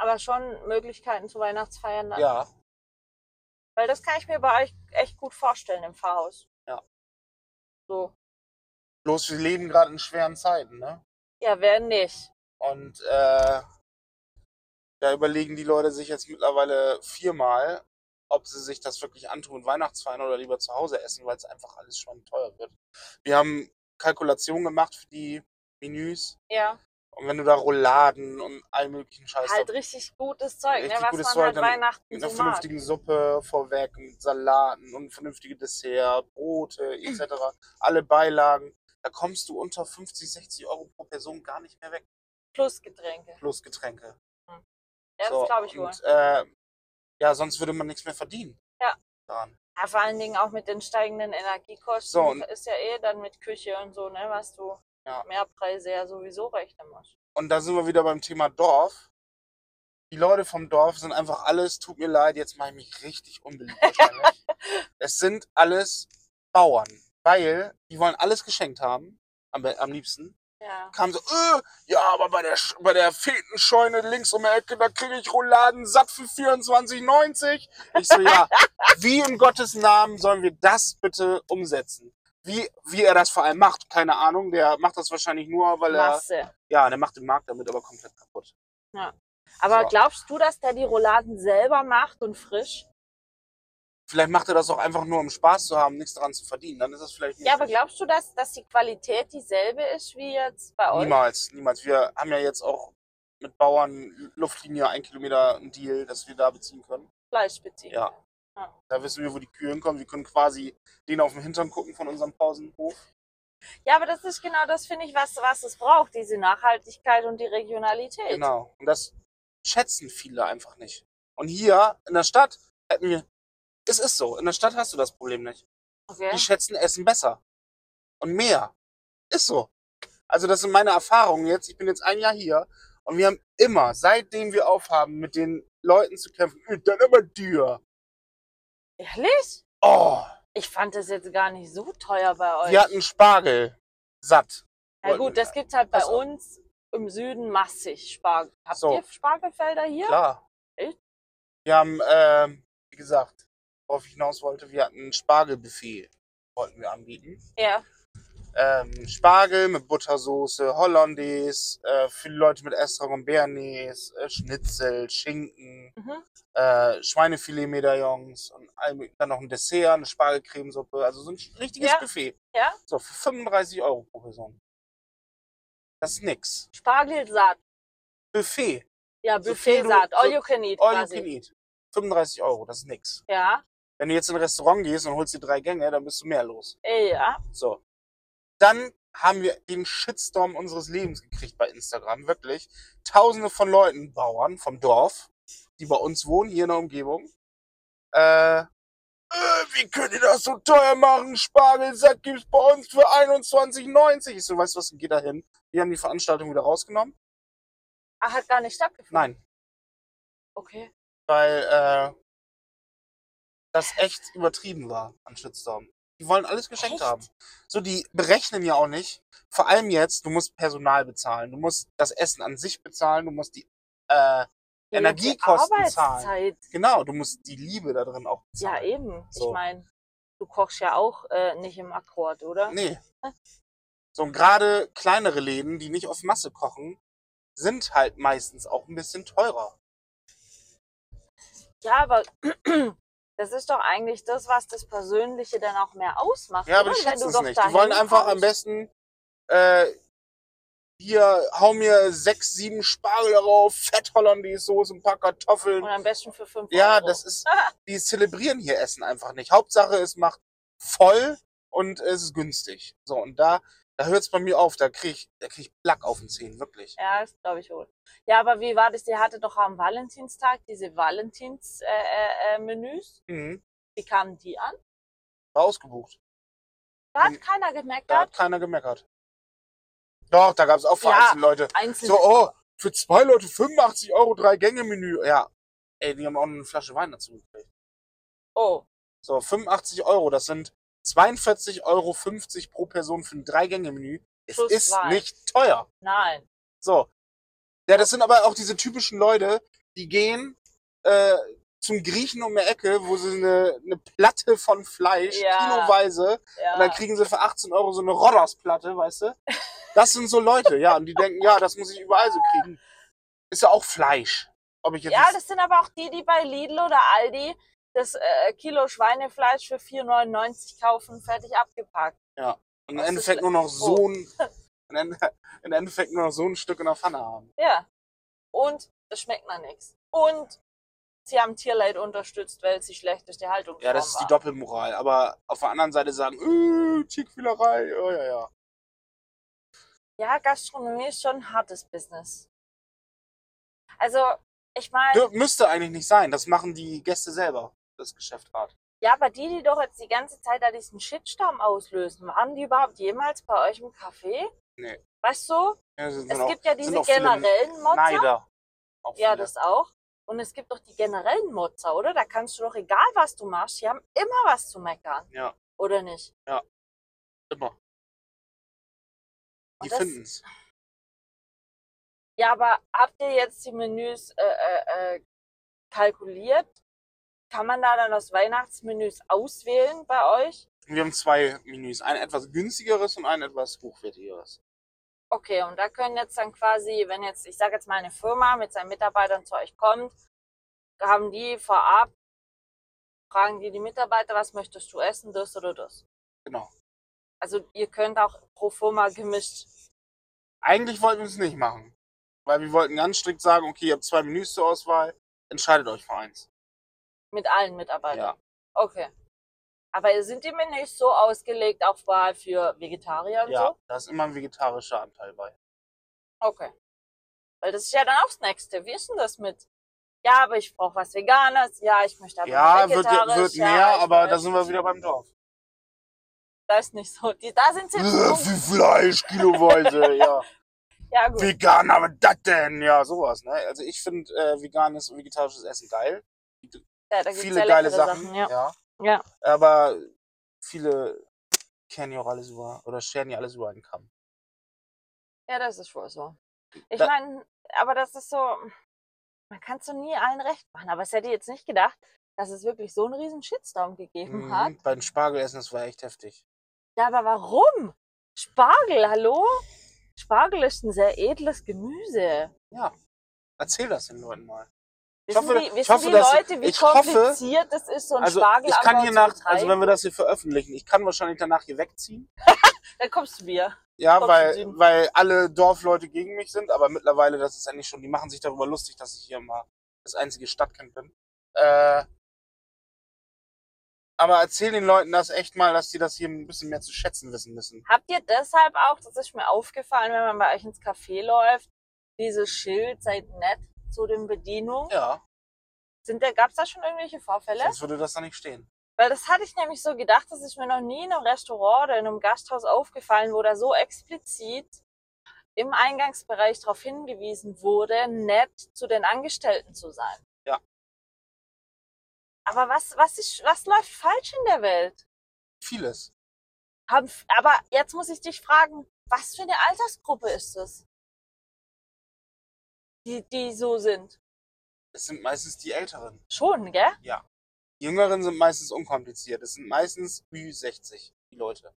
[SPEAKER 1] Aber schon Möglichkeiten zu Weihnachtsfeiern dann?
[SPEAKER 3] Ja,
[SPEAKER 1] Weil das kann ich mir bei euch echt gut vorstellen im Pfarrhaus.
[SPEAKER 3] Ja.
[SPEAKER 1] So.
[SPEAKER 3] bloß wir leben gerade in schweren Zeiten, ne?
[SPEAKER 1] Ja, wer nicht?
[SPEAKER 3] Und äh, da überlegen die Leute sich jetzt mittlerweile viermal, ob sie sich das wirklich antun, Weihnachtsfeiern oder lieber zu Hause essen, weil es einfach alles schon teuer wird. Wir haben Kalkulationen gemacht für die Menüs.
[SPEAKER 1] Ja.
[SPEAKER 3] Und wenn du da Rouladen und all möglichen Scheiß
[SPEAKER 1] Halt
[SPEAKER 3] drauf-
[SPEAKER 1] richtig gutes Zeug, ne?
[SPEAKER 3] Richtig
[SPEAKER 1] Was
[SPEAKER 3] gutes
[SPEAKER 1] man
[SPEAKER 3] Zeug,
[SPEAKER 1] halt
[SPEAKER 3] dann
[SPEAKER 1] Weihnachten
[SPEAKER 3] mit
[SPEAKER 1] so
[SPEAKER 3] einer
[SPEAKER 1] mag.
[SPEAKER 3] vernünftigen Suppe vorweg, mit Salaten und vernünftige Dessert, Brote etc., alle Beilagen, da kommst du unter 50, 60 Euro pro Person gar nicht mehr weg,
[SPEAKER 1] Plus Getränke.
[SPEAKER 3] plus Getränke.
[SPEAKER 1] Ja, das
[SPEAKER 3] So,
[SPEAKER 1] glaube ich wohl.
[SPEAKER 3] Und, äh, ja, sonst würde man nichts mehr verdienen.
[SPEAKER 1] Ja.
[SPEAKER 3] Daran.
[SPEAKER 1] Ja, vor allen Dingen auch mit den steigenden Energiekosten
[SPEAKER 3] So, und-
[SPEAKER 1] ist ja eh dann mit Küche und so, ne, was du
[SPEAKER 3] Ja.
[SPEAKER 1] Mehrpreise ja sowieso rechnen musst.
[SPEAKER 3] Und da sind wir wieder beim Thema Dorf. Die Leute vom Dorf sind einfach alles, tut mir leid, jetzt mache ich mich richtig unbeliebt wahrscheinlich. es sind alles Bauern, weil die wollen alles geschenkt haben, am, be- am liebsten.
[SPEAKER 1] Ja.
[SPEAKER 3] Kamen so, äh, ja, aber bei der, Sch- bei der Fetenscheune links um die Ecke, da kriege ich Rouladen satt für 24,90. Ich so, ja, wie in Gottes Namen sollen wir das bitte umsetzen? Wie, wie er das vor allem macht, keine Ahnung. Der macht das wahrscheinlich nur, weil er,
[SPEAKER 1] Masse.
[SPEAKER 3] ja, der macht den Markt damit aber komplett kaputt.
[SPEAKER 1] Aber
[SPEAKER 3] So.
[SPEAKER 1] glaubst du, dass der die Rouladen selber macht und frisch?
[SPEAKER 3] Vielleicht macht er das auch einfach nur, um Spaß zu haben, nichts daran zu verdienen. Dann ist das vielleicht
[SPEAKER 1] Ja, aber
[SPEAKER 3] möglich.
[SPEAKER 1] glaubst du, dass, dass die Qualität dieselbe ist wie jetzt bei euch?
[SPEAKER 3] Niemals, niemals. Wir haben ja jetzt auch mit Bauern Luftlinie ein Kilometer einen Deal, dass wir da beziehen können.
[SPEAKER 1] Fleisch beziehen.
[SPEAKER 3] Ja. Da wissen wir, wo die Kühe hinkommen. Wir können quasi den auf den Hintern gucken von unserem Pausenhof.
[SPEAKER 1] Ja, aber das ist genau das, finde ich, was, was es braucht, diese Nachhaltigkeit und die Regionalität.
[SPEAKER 3] Genau. Und das schätzen viele einfach nicht. Und hier in der Stadt hätten wir, es ist so, in der Stadt hast du das Problem nicht.
[SPEAKER 1] Okay.
[SPEAKER 3] Die schätzen Essen besser. Und mehr. Ist so. Also das sind meine Erfahrungen jetzt. Ich bin jetzt ein Jahr hier und wir haben immer, seitdem wir aufhaben, mit den Leuten zu kämpfen, "Äh, dann immer dir.
[SPEAKER 1] Ehrlich?
[SPEAKER 3] Oh,
[SPEAKER 1] Ich fand das jetzt gar nicht so teuer bei euch.
[SPEAKER 3] wir hatten Spargel. Satt.
[SPEAKER 1] Na gut, das gibt's halt bei
[SPEAKER 3] Pass auf.
[SPEAKER 1] uns im Süden massig Spargel. Habt
[SPEAKER 3] Also So.
[SPEAKER 1] ihr Spargelfelder hier?
[SPEAKER 3] Klar.
[SPEAKER 1] Echt?
[SPEAKER 3] Wir haben, ähm, wie gesagt, worauf ich hinaus wollte, wir hatten ein Spargelbuffet, wollten wir anbieten.
[SPEAKER 1] Ja.
[SPEAKER 3] Ähm, Spargel mit Buttersoße, Hollandaise, äh, viele Leute mit Estrag und Bearnaise, äh, Schnitzel, Schinken,
[SPEAKER 1] Mhm.
[SPEAKER 3] äh, Schweinefilet-Medaillons und all mö- dann noch ein Dessert, eine Spargelcremesuppe, also so ein sch- richtiges
[SPEAKER 1] Ja.
[SPEAKER 3] Buffet.
[SPEAKER 1] Ja.
[SPEAKER 3] So, für 35 Euro pro Person. Das ist nix.
[SPEAKER 1] Spargelsaat.
[SPEAKER 3] Buffet,
[SPEAKER 1] Ja,
[SPEAKER 3] So viel du-
[SPEAKER 1] Buffetsaat. All
[SPEAKER 3] so-
[SPEAKER 1] you can eat
[SPEAKER 3] all you
[SPEAKER 1] quasi.
[SPEAKER 3] can eat. 35 Euro, das ist nix.
[SPEAKER 1] Ja.
[SPEAKER 3] Wenn du jetzt in ein Restaurant gehst und holst dir drei Gänge, dann bist du mehr los.
[SPEAKER 1] Äh, Ja.
[SPEAKER 3] So. Dann haben wir den Shitstorm unseres Lebens gekriegt bei Instagram. Wirklich. Tausende von Leuten, Bauern vom Dorf, die bei uns wohnen, hier in der Umgebung. Äh, äh, wie könnt ihr das so teuer machen? Spargelsack gibt's bei uns für 21,90. Ich so, weißt du was, geht da hin. Wir haben die Veranstaltung wieder rausgenommen.
[SPEAKER 1] Ah, hat gar nicht stattgefunden.
[SPEAKER 3] Nein,
[SPEAKER 1] Okay.
[SPEAKER 3] weil äh, das echt übertrieben war an Shitstorm. Die wollen alles geschenkt
[SPEAKER 1] Echt?
[SPEAKER 3] haben. So, die berechnen ja auch nicht. Vor allem jetzt, du musst Personal bezahlen, du musst das Essen an sich bezahlen, du musst die äh,
[SPEAKER 1] Die
[SPEAKER 3] Energiekosten zahlen.
[SPEAKER 1] Arbeitszeit.
[SPEAKER 3] Genau, du musst die Liebe da drin auch bezahlen.
[SPEAKER 1] Ja, eh. eben.
[SPEAKER 3] So.
[SPEAKER 1] Ich meine, du kochst ja auch äh, nicht im Akkord, oder?
[SPEAKER 3] Nee. So, und gerade kleinere Läden, die nicht auf Masse kochen, sind halt meistens auch ein bisschen teurer.
[SPEAKER 1] Ja, aber das ist doch eigentlich das, was das Persönliche dann auch mehr ausmacht.
[SPEAKER 3] Ja, aber
[SPEAKER 1] oder?
[SPEAKER 3] die
[SPEAKER 1] Wenn du
[SPEAKER 3] schätzen es
[SPEAKER 1] doch
[SPEAKER 3] nicht. Die
[SPEAKER 1] dahin
[SPEAKER 3] wollen einfach am
[SPEAKER 1] kommst.
[SPEAKER 3] besten äh, hier, hau mir sechs, sieben Spargel darauf, Fett Hollandaise Soße, ein paar Kartoffeln.
[SPEAKER 1] Und am besten für 5
[SPEAKER 3] Ja,
[SPEAKER 1] Euro.
[SPEAKER 3] das ist, die zelebrieren hier Essen einfach nicht. Hauptsache, es macht voll und es ist günstig. So, und da, da hört es bei mir auf. Da krieg ich, da krieg ich Plack auf den Zehen, wirklich.
[SPEAKER 1] Ja, das glaube ich wohl. Ja, aber wie war das? Ihr hatte doch am Valentinstag diese Valentins-Menüs. Äh, äh, Menüs.
[SPEAKER 3] Mhm.
[SPEAKER 1] wie kamen die an?
[SPEAKER 3] War ausgebucht.
[SPEAKER 1] Da hat
[SPEAKER 3] Hm.
[SPEAKER 1] keiner gemerkt,
[SPEAKER 3] Da
[SPEAKER 1] da
[SPEAKER 3] hat keiner gemeckert. Doch, da gab es auch
[SPEAKER 1] Ja.
[SPEAKER 3] vereinzelt Leute.
[SPEAKER 1] einzelne.
[SPEAKER 3] So, oh, für zwei Leute 85 Euro, drei Gänge Menü. Ja, ey, die haben auch noch eine Flasche Wein dazu gekriegt.
[SPEAKER 1] Oh,
[SPEAKER 3] So, 85 Euro, das sind 42,50 Euro pro Person für ein Drei-Gänge-Menü. Es
[SPEAKER 1] Plus
[SPEAKER 3] ist
[SPEAKER 1] Wein.
[SPEAKER 3] nicht teuer.
[SPEAKER 1] nein.
[SPEAKER 3] So. Ja, das sind aber auch diese typischen Leute, die gehen äh, zum Griechen um die Ecke, wo sie eine, eine Platte von Fleisch,
[SPEAKER 1] Ja.
[SPEAKER 3] kiloweise,
[SPEAKER 1] Ja.
[SPEAKER 3] und dann kriegen sie für 18 Euro so eine Rodders-Platte, weißt du? Das sind so Leute, ja, und die denken, ja, das muss ich überall so kriegen. Ist ja auch Fleisch. Ob ich jetzt
[SPEAKER 1] ja, das sind aber auch die, die bei Lidl oder Aldi das äh, Kilo Schweinefleisch für 4,99 kaufen, fertig abgepackt.
[SPEAKER 3] im
[SPEAKER 1] das ist
[SPEAKER 3] Endeffekt nur noch so ein, im Ende- im Endeffekt nur noch so ein Stück in der Pfanne haben.
[SPEAKER 1] Ja. Und es schmeckt nach nichts. Und sie haben Tierleid unterstützt, weil sie schlechteste Haltung
[SPEAKER 3] Ja, das ist die
[SPEAKER 1] war.
[SPEAKER 3] Doppelmoral. Aber auf der anderen Seite sagen, äh, Tierquälerei, oh ja, ja.
[SPEAKER 1] Ja, Gastronomie ist schon ein hartes Business. Also, ich meine,
[SPEAKER 3] Dür müsste eigentlich nicht sein. Das machen die Gäste selber, das Geschäft hart.
[SPEAKER 1] ja, aber die, die doch jetzt die ganze Zeit da diesen Shitstorm auslösen, waren die überhaupt jemals bei euch im Café?
[SPEAKER 3] Nee.
[SPEAKER 1] Weißt du,
[SPEAKER 3] Ja, das sind
[SPEAKER 1] es
[SPEAKER 3] auch-
[SPEAKER 1] gibt ja
[SPEAKER 3] sind
[SPEAKER 1] diese
[SPEAKER 3] auch viele
[SPEAKER 1] generellen Motzer.
[SPEAKER 3] Neider. Auch
[SPEAKER 1] Ja,
[SPEAKER 3] viele.
[SPEAKER 1] das auch. Und es gibt doch die generellen Motzer, oder? Da kannst du doch, egal was du machst, die haben immer was zu meckern,
[SPEAKER 3] Ja,
[SPEAKER 1] oder nicht?
[SPEAKER 3] immer. Die
[SPEAKER 1] Und das-
[SPEAKER 3] finden's.
[SPEAKER 1] Ja, aber habt ihr jetzt die Menüs äh, äh, äh, kalkuliert? Kann man da dann aus Weihnachtsmenüs auswählen bei euch?
[SPEAKER 3] Wir haben zwei Menüs. Ein etwas günstigeres und ein etwas hochwertigeres.
[SPEAKER 1] Okay, und da können jetzt dann quasi, wenn jetzt, ich sage jetzt mal, eine Firma mit seinen Mitarbeitern zu euch kommt, da haben die vorab, fragen die die Mitarbeiter, was möchtest du essen, das oder das.
[SPEAKER 3] Genau.
[SPEAKER 1] Also ihr könnt auch pro Firma gemischt.
[SPEAKER 3] Eigentlich wollten wir es nicht machen. Weil wir wollten ganz strikt sagen, okay, ihr habt zwei Menüs zur Auswahl, entscheidet euch für eins.
[SPEAKER 1] Mit allen Mitarbeitern.
[SPEAKER 3] Ja.
[SPEAKER 1] Okay. Aber sind die Menüs so ausgelegt auf Wahl für Vegetarier und
[SPEAKER 3] Ja,
[SPEAKER 1] so?
[SPEAKER 3] da ist immer ein vegetarischer Anteil bei.
[SPEAKER 1] Okay. Weil das ist ja dann auch das Nächste. Wie ist denn das mit? Ja, aber ich brauche was Veganes. Ja, ich möchte aber
[SPEAKER 3] Ja,
[SPEAKER 1] nur
[SPEAKER 3] wird,
[SPEAKER 1] vegetarisch.
[SPEAKER 3] wird
[SPEAKER 1] ja,
[SPEAKER 3] mehr,
[SPEAKER 1] ich
[SPEAKER 3] aber
[SPEAKER 1] möchte-
[SPEAKER 3] da sind wir wieder beim Dorf.
[SPEAKER 1] Da ist nicht so. Die, da sind sie.
[SPEAKER 3] Äh,
[SPEAKER 1] im Punkt.
[SPEAKER 3] Wie Fleisch, kiloweise, ja.
[SPEAKER 1] Ja, gut.
[SPEAKER 3] Vegan, aber das denn? Ja, sowas, ne? Also ich finde äh, veganes und vegetarisches Essen geil.
[SPEAKER 1] Ja, da gibt's
[SPEAKER 3] Viele
[SPEAKER 1] ja
[SPEAKER 3] geile
[SPEAKER 1] leckere
[SPEAKER 3] Sachen,
[SPEAKER 1] ja.
[SPEAKER 3] ja.
[SPEAKER 1] Ja.
[SPEAKER 3] Aber viele kennen ja auch alles über, oder scheren ja alles über einen Kamm.
[SPEAKER 1] ja, das ist wohl so. Ich
[SPEAKER 3] Da-
[SPEAKER 1] meine, aber das ist so, man kann es so nie allen recht machen. Aber es hätte ich jetzt nicht gedacht, dass es wirklich so einen riesen Shitstorm gegeben hat.
[SPEAKER 3] Mhm, beim Spargelessen, das war echt heftig.
[SPEAKER 1] Ja, aber warum? Spargel, hallo? Spargel ist ein sehr edles Gemüse.
[SPEAKER 3] Ja. Erzähl das den Leuten mal. Ich
[SPEAKER 1] Wissen
[SPEAKER 3] hoffe,
[SPEAKER 1] die,
[SPEAKER 3] ich
[SPEAKER 1] wissen
[SPEAKER 3] hoffe,
[SPEAKER 1] die
[SPEAKER 3] dass-
[SPEAKER 1] Leute, wie
[SPEAKER 3] ich hoffe-
[SPEAKER 1] kompliziert das ist, so ein
[SPEAKER 3] Also
[SPEAKER 1] Spargel
[SPEAKER 3] ich kann hier nach,
[SPEAKER 1] zu
[SPEAKER 3] also
[SPEAKER 1] betreiben?
[SPEAKER 3] wenn wir das hier veröffentlichen, ich kann wahrscheinlich danach hier wegziehen.
[SPEAKER 1] Dann kommst du mir.
[SPEAKER 3] Ja,
[SPEAKER 1] Kommst du
[SPEAKER 3] weil,
[SPEAKER 1] sehen.
[SPEAKER 3] weil alle Dorfleute gegen mich sind, aber mittlerweile, das ist eigentlich schon, die machen sich darüber lustig, dass ich hier mal das einzige Stadtkind bin. Äh, aber erzähl den Leuten das echt mal, dass die das hier ein bisschen mehr zu schätzen wissen müssen.
[SPEAKER 1] Habt ihr deshalb auch, das ist mir aufgefallen, wenn man bei euch ins Café läuft, dieses Schild, seid nett zu den Bedienungen?
[SPEAKER 3] Ja,
[SPEAKER 1] Sind da, gab's da schon irgendwelche Vorfälle?
[SPEAKER 3] sonst würde das da nicht stehen.
[SPEAKER 1] Weil das hatte ich nämlich so gedacht, das ist mir noch nie in einem Restaurant oder in einem Gasthaus aufgefallen, wo da so explizit im Eingangsbereich darauf hingewiesen wurde, nett zu den Angestellten zu sein.
[SPEAKER 3] Ja.
[SPEAKER 1] Aber was, was, ist, was läuft falsch in der Welt?
[SPEAKER 3] Vieles.
[SPEAKER 1] Haben, f- aber jetzt muss ich dich fragen, was für eine Altersgruppe ist es? Die, die so sind.
[SPEAKER 3] Es sind meistens die Älteren.
[SPEAKER 1] Schon, gell?
[SPEAKER 3] Die Jüngeren sind meistens unkompliziert. Es sind meistens Ü60, die Leute.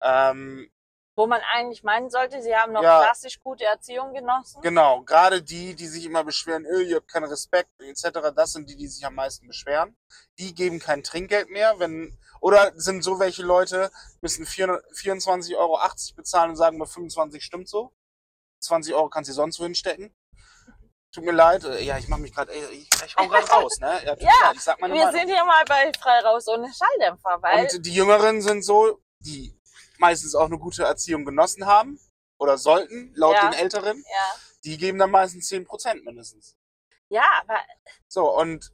[SPEAKER 3] Ähm,
[SPEAKER 1] Wo man eigentlich meinen sollte, sie haben noch
[SPEAKER 3] Ja.
[SPEAKER 1] klassisch gute Erziehung genossen.
[SPEAKER 3] Genau, gerade die, die sich immer beschweren, öh, ihr habt keinen Respekt etc., das sind die, die sich am meisten beschweren. Die geben kein Trinkgeld mehr, wenn oder sind so welche Leute, müssen 400 24,80 Euro bezahlen und sagen, bei 25 stimmt so. 20 Euro kannst du sonst wohin stecken. Tut mir leid, äh, ja, ich mach mich gerade, ich, ich hau gerade raus, ne? Ja, tut mir
[SPEAKER 1] Ja,
[SPEAKER 3] leid, ich sag meine
[SPEAKER 1] Wir
[SPEAKER 3] Meinung.
[SPEAKER 1] sind halt hier mal bei Frei raus ohne Schalldämpfer, weil
[SPEAKER 3] Und die Jüngeren sind so, die meistens auch eine gute Erziehung genossen haben oder sollten, laut
[SPEAKER 1] Ja.
[SPEAKER 3] den Älteren.
[SPEAKER 1] ja.
[SPEAKER 3] Die geben dann meistens 10% mindestens.
[SPEAKER 1] ja, aber
[SPEAKER 3] So, und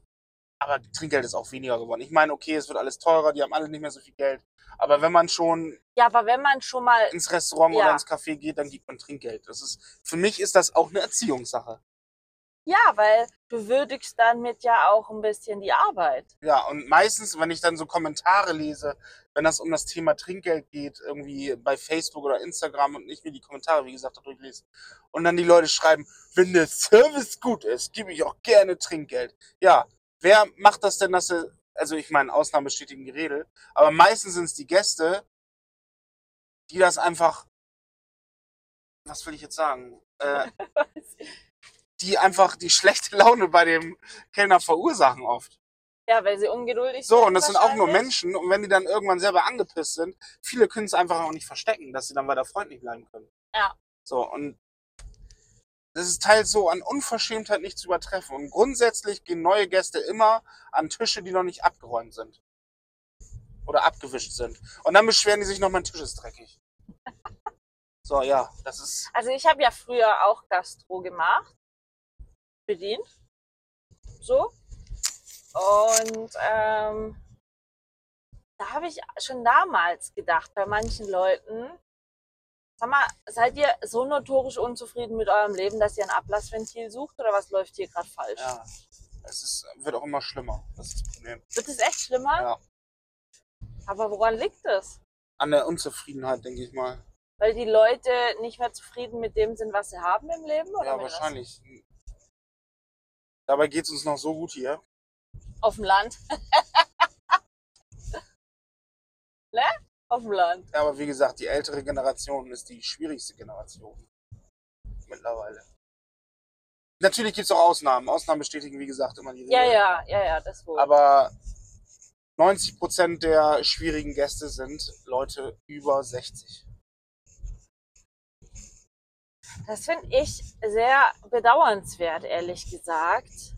[SPEAKER 3] aber Trinkgeld ist auch weniger geworden. Ich meine, okay, es wird alles teurer, die haben alle nicht mehr so viel Geld. Aber wenn man schon
[SPEAKER 1] ja, aber wenn man schon mal
[SPEAKER 3] ins Restaurant
[SPEAKER 1] Ja.
[SPEAKER 3] oder ins Café geht, dann gibt man Trinkgeld. Das ist, für mich ist das auch eine Erziehungssache.
[SPEAKER 1] ja, weil du würdigst damit ja auch ein bisschen die Arbeit.
[SPEAKER 3] Ja, und meistens, wenn ich dann so Kommentare lese, wenn das um das Thema Trinkgeld geht, irgendwie bei Facebook oder Instagram und ich mir die Kommentare, wie gesagt, da durchlese, und dann die Leute schreiben, wenn der Service gut ist, gebe ich auch gerne Trinkgeld. Ja, wer macht das denn, dass er, also ich meine, Ausnahme steht im Gerede, aber meistens sind es die Gäste, die das einfach, was will ich jetzt sagen, äh, die einfach die schlechte Laune bei dem Kellner verursachen oft.
[SPEAKER 1] Ja, weil sie ungeduldig sind.
[SPEAKER 3] So, und das sind auch nur
[SPEAKER 1] wahrscheinlich.
[SPEAKER 3] Menschen. Und wenn die dann irgendwann selber angepisst sind, viele können es einfach auch nicht verstecken, dass sie dann weiter freundlich bleiben können.
[SPEAKER 1] Ja.
[SPEAKER 3] So, und das ist teils so an Unverschämtheit nicht zu übertreffen. Und grundsätzlich gehen neue Gäste immer an Tische, die noch nicht abgeräumt sind. Oder abgewischt sind. Und dann beschweren die sich noch, mein Tisch ist dreckig. So, ja, das ist.
[SPEAKER 1] Also ich habe ja früher auch Gastro gemacht, bedient, so. Und ähm, da habe ich schon damals gedacht, bei manchen Leuten, sag mal, seid ihr so notorisch unzufrieden mit eurem Leben, dass ihr ein Ablassventil sucht oder was läuft hier gerade falsch?
[SPEAKER 3] Ja. Es ist, wird auch immer schlimmer. Das ist das Problem.
[SPEAKER 1] Wird es echt schlimmer?
[SPEAKER 3] Ja.
[SPEAKER 1] Aber woran liegt es?
[SPEAKER 3] An der Unzufriedenheit, denke ich mal.
[SPEAKER 1] Weil die Leute nicht mehr zufrieden mit dem sind, was sie haben im Leben? Oder
[SPEAKER 3] Ja,
[SPEAKER 1] mit was?
[SPEAKER 3] wahrscheinlich. Dabei geht's uns noch so gut hier.
[SPEAKER 1] Auf dem Land. ne? Auf dem Land.
[SPEAKER 3] Ja, aber wie gesagt, die ältere Generation ist die schwierigste Generation. Mittlerweile. Natürlich gibt's auch Ausnahmen. Ausnahmen bestätigen, wie gesagt, immer die Regel.
[SPEAKER 1] Ja, ja, ja, ja, das wohl.
[SPEAKER 3] Aber 90% der schwierigen Gäste sind Leute über 60.
[SPEAKER 1] Das finde ich sehr bedauernswert, ehrlich gesagt.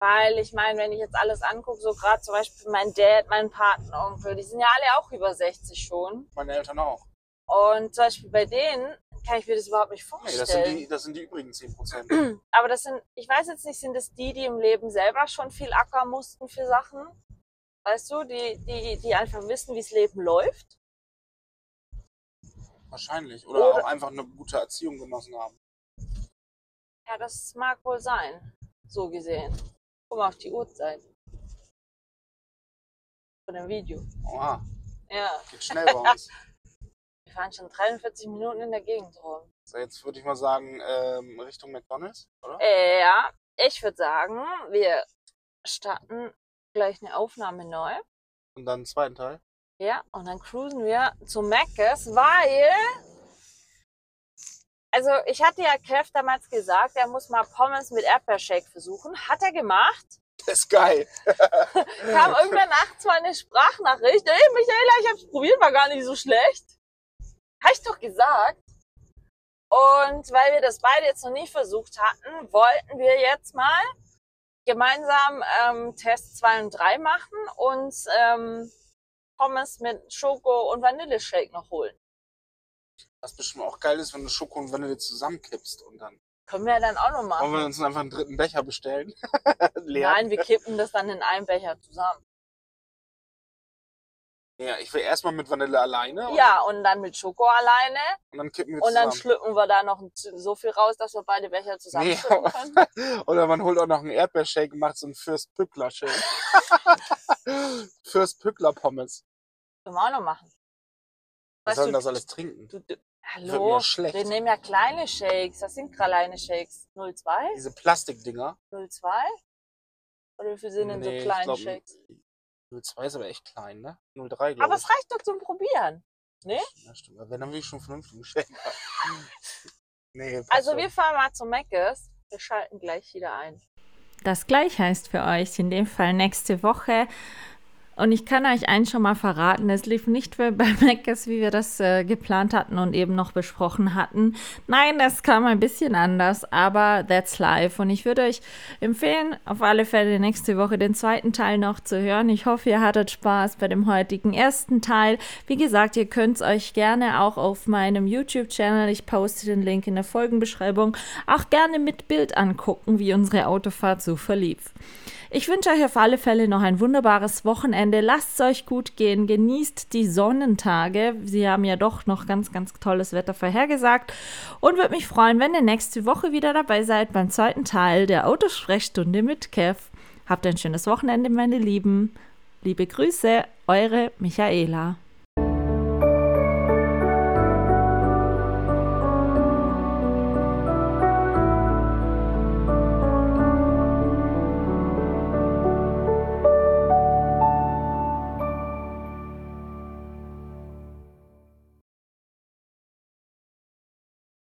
[SPEAKER 1] Weil ich meine, wenn ich jetzt alles angucke, so gerade zum Beispiel mein Dad, mein Patenonkel, die sind ja alle auch über 60 schon.
[SPEAKER 3] Meine Eltern auch.
[SPEAKER 1] Und zum Beispiel bei denen kann ich mir das überhaupt nicht
[SPEAKER 3] Nee,
[SPEAKER 1] vorstellen.
[SPEAKER 3] das sind die, das sind die übrigen 10 Prozent.
[SPEAKER 1] Aber das sind, ich weiß jetzt nicht, sind das die, die im Leben selber schon viel ackern mussten für Sachen? Weißt du, die, die, die einfach wissen, wie das Leben läuft?
[SPEAKER 3] Wahrscheinlich. Oder
[SPEAKER 1] Oder-
[SPEAKER 3] auch einfach eine gute Erziehung genossen haben.
[SPEAKER 1] Ja, das mag wohl sein. So gesehen. Guck mal auf die Uhrzeit. Von dem Video.
[SPEAKER 3] Oha,
[SPEAKER 1] Ja.
[SPEAKER 3] geht schnell bei uns.
[SPEAKER 1] Wir fahren schon 43 Minuten in der Gegend rum.
[SPEAKER 3] So, jetzt würde ich mal sagen, ähm, Richtung McDonalds, oder?
[SPEAKER 1] Äh, ja, ich würde sagen, wir starten gleich eine Aufnahme neu.
[SPEAKER 3] Und dann einen zweiten Teil.
[SPEAKER 1] Ja, und dann cruisen wir zu Meckes, weil. Also, ich hatte ja Kev damals gesagt, er muss mal Pommes mit Erdbeershake versuchen. Hat er gemacht.
[SPEAKER 3] Das ist geil.
[SPEAKER 1] Kam irgendwann nachts mal eine Sprachnachricht. Ey, Michaela, ich hab's probiert, war gar nicht so schlecht. Hab ich doch gesagt. Und weil wir das beide jetzt noch nie versucht hatten, wollten wir jetzt mal gemeinsam ähm, Test 2 und 3 machen und ähm, Pommes mit Schoko und Vanilleshake noch holen.
[SPEAKER 3] Was bestimmt auch geil ist, wenn du Schoko und Vanille zusammenkippst und dann.
[SPEAKER 1] Können wir ja dann auch noch
[SPEAKER 3] Wollen wir
[SPEAKER 1] machen.
[SPEAKER 3] uns einfach einen dritten Becher bestellen? Leer.
[SPEAKER 1] Nein, wir kippen das dann in einem Becher zusammen.
[SPEAKER 3] Ja, ich will erstmal mit Vanille alleine und,
[SPEAKER 1] Ja, und dann mit Schoko alleine.
[SPEAKER 3] und dann kippen wir
[SPEAKER 1] Und dann
[SPEAKER 3] zusammen.
[SPEAKER 1] schlücken wir da noch so viel raus, dass wir beide Becher
[SPEAKER 3] Nee,
[SPEAKER 1] zusammenschütten
[SPEAKER 3] aber-
[SPEAKER 1] können.
[SPEAKER 3] Oder man holt auch noch einen Erdbeershake und macht so einen Fürst Pückler Shake. Fürst Pückler Pommes.
[SPEAKER 1] Können wir auch noch machen. Weißt
[SPEAKER 3] Was soll
[SPEAKER 1] du,
[SPEAKER 3] denn das alles trinken?
[SPEAKER 1] Du, du,
[SPEAKER 3] Wird
[SPEAKER 1] hallo,
[SPEAKER 3] mir schlecht.
[SPEAKER 1] wir nehmen ja kleine Shakes. Das sind kleine Shakes. 02?
[SPEAKER 3] Diese Plastikdinger.
[SPEAKER 1] 02? Oder wie viel sind denn
[SPEAKER 3] Nee, ich
[SPEAKER 1] so kleine
[SPEAKER 3] glaub,
[SPEAKER 1] Shakes?
[SPEAKER 3] 02 ist aber echt klein, ne? 03 glaube
[SPEAKER 1] Aber
[SPEAKER 3] ich.
[SPEAKER 1] es reicht doch zum Probieren.
[SPEAKER 3] Ja, stimmt. Wenn, dann will ich schon vernünftig geschenkt Nee, passt
[SPEAKER 1] Also
[SPEAKER 3] schon.
[SPEAKER 1] wir fahren mal zu Meckes. Wir schalten gleich wieder ein.
[SPEAKER 4] Das gleich heißt für euch in dem Fall nächste Woche. Und ich kann euch eins schon mal verraten, es lief nicht wie bei Meckes, wie wir das äh, geplant hatten und eben noch besprochen hatten. Nein, das kam ein bisschen anders, aber that's life. Und ich würde euch empfehlen, auf alle Fälle nächste Woche den zweiten Teil noch zu hören. Ich hoffe, ihr hattet Spaß bei dem heutigen ersten Teil. Wie gesagt, ihr könnt es euch gerne auch auf meinem YouTube-Channel, ich poste den Link in der Folgenbeschreibung, auch gerne mit Bild angucken, wie unsere Autofahrt so verlief. Ich wünsche euch auf alle Fälle noch ein wunderbares Wochenende. Lasst es euch gut gehen. Genießt die Sonnentage. Sie haben ja doch noch ganz, ganz tolles Wetter vorhergesagt. Und würde mich freuen, wenn ihr nächste Woche wieder dabei seid beim zweiten Teil der Autosprechstunde mit Kev. Habt ein schönes Wochenende, meine Lieben. Liebe Grüße, eure Michaela.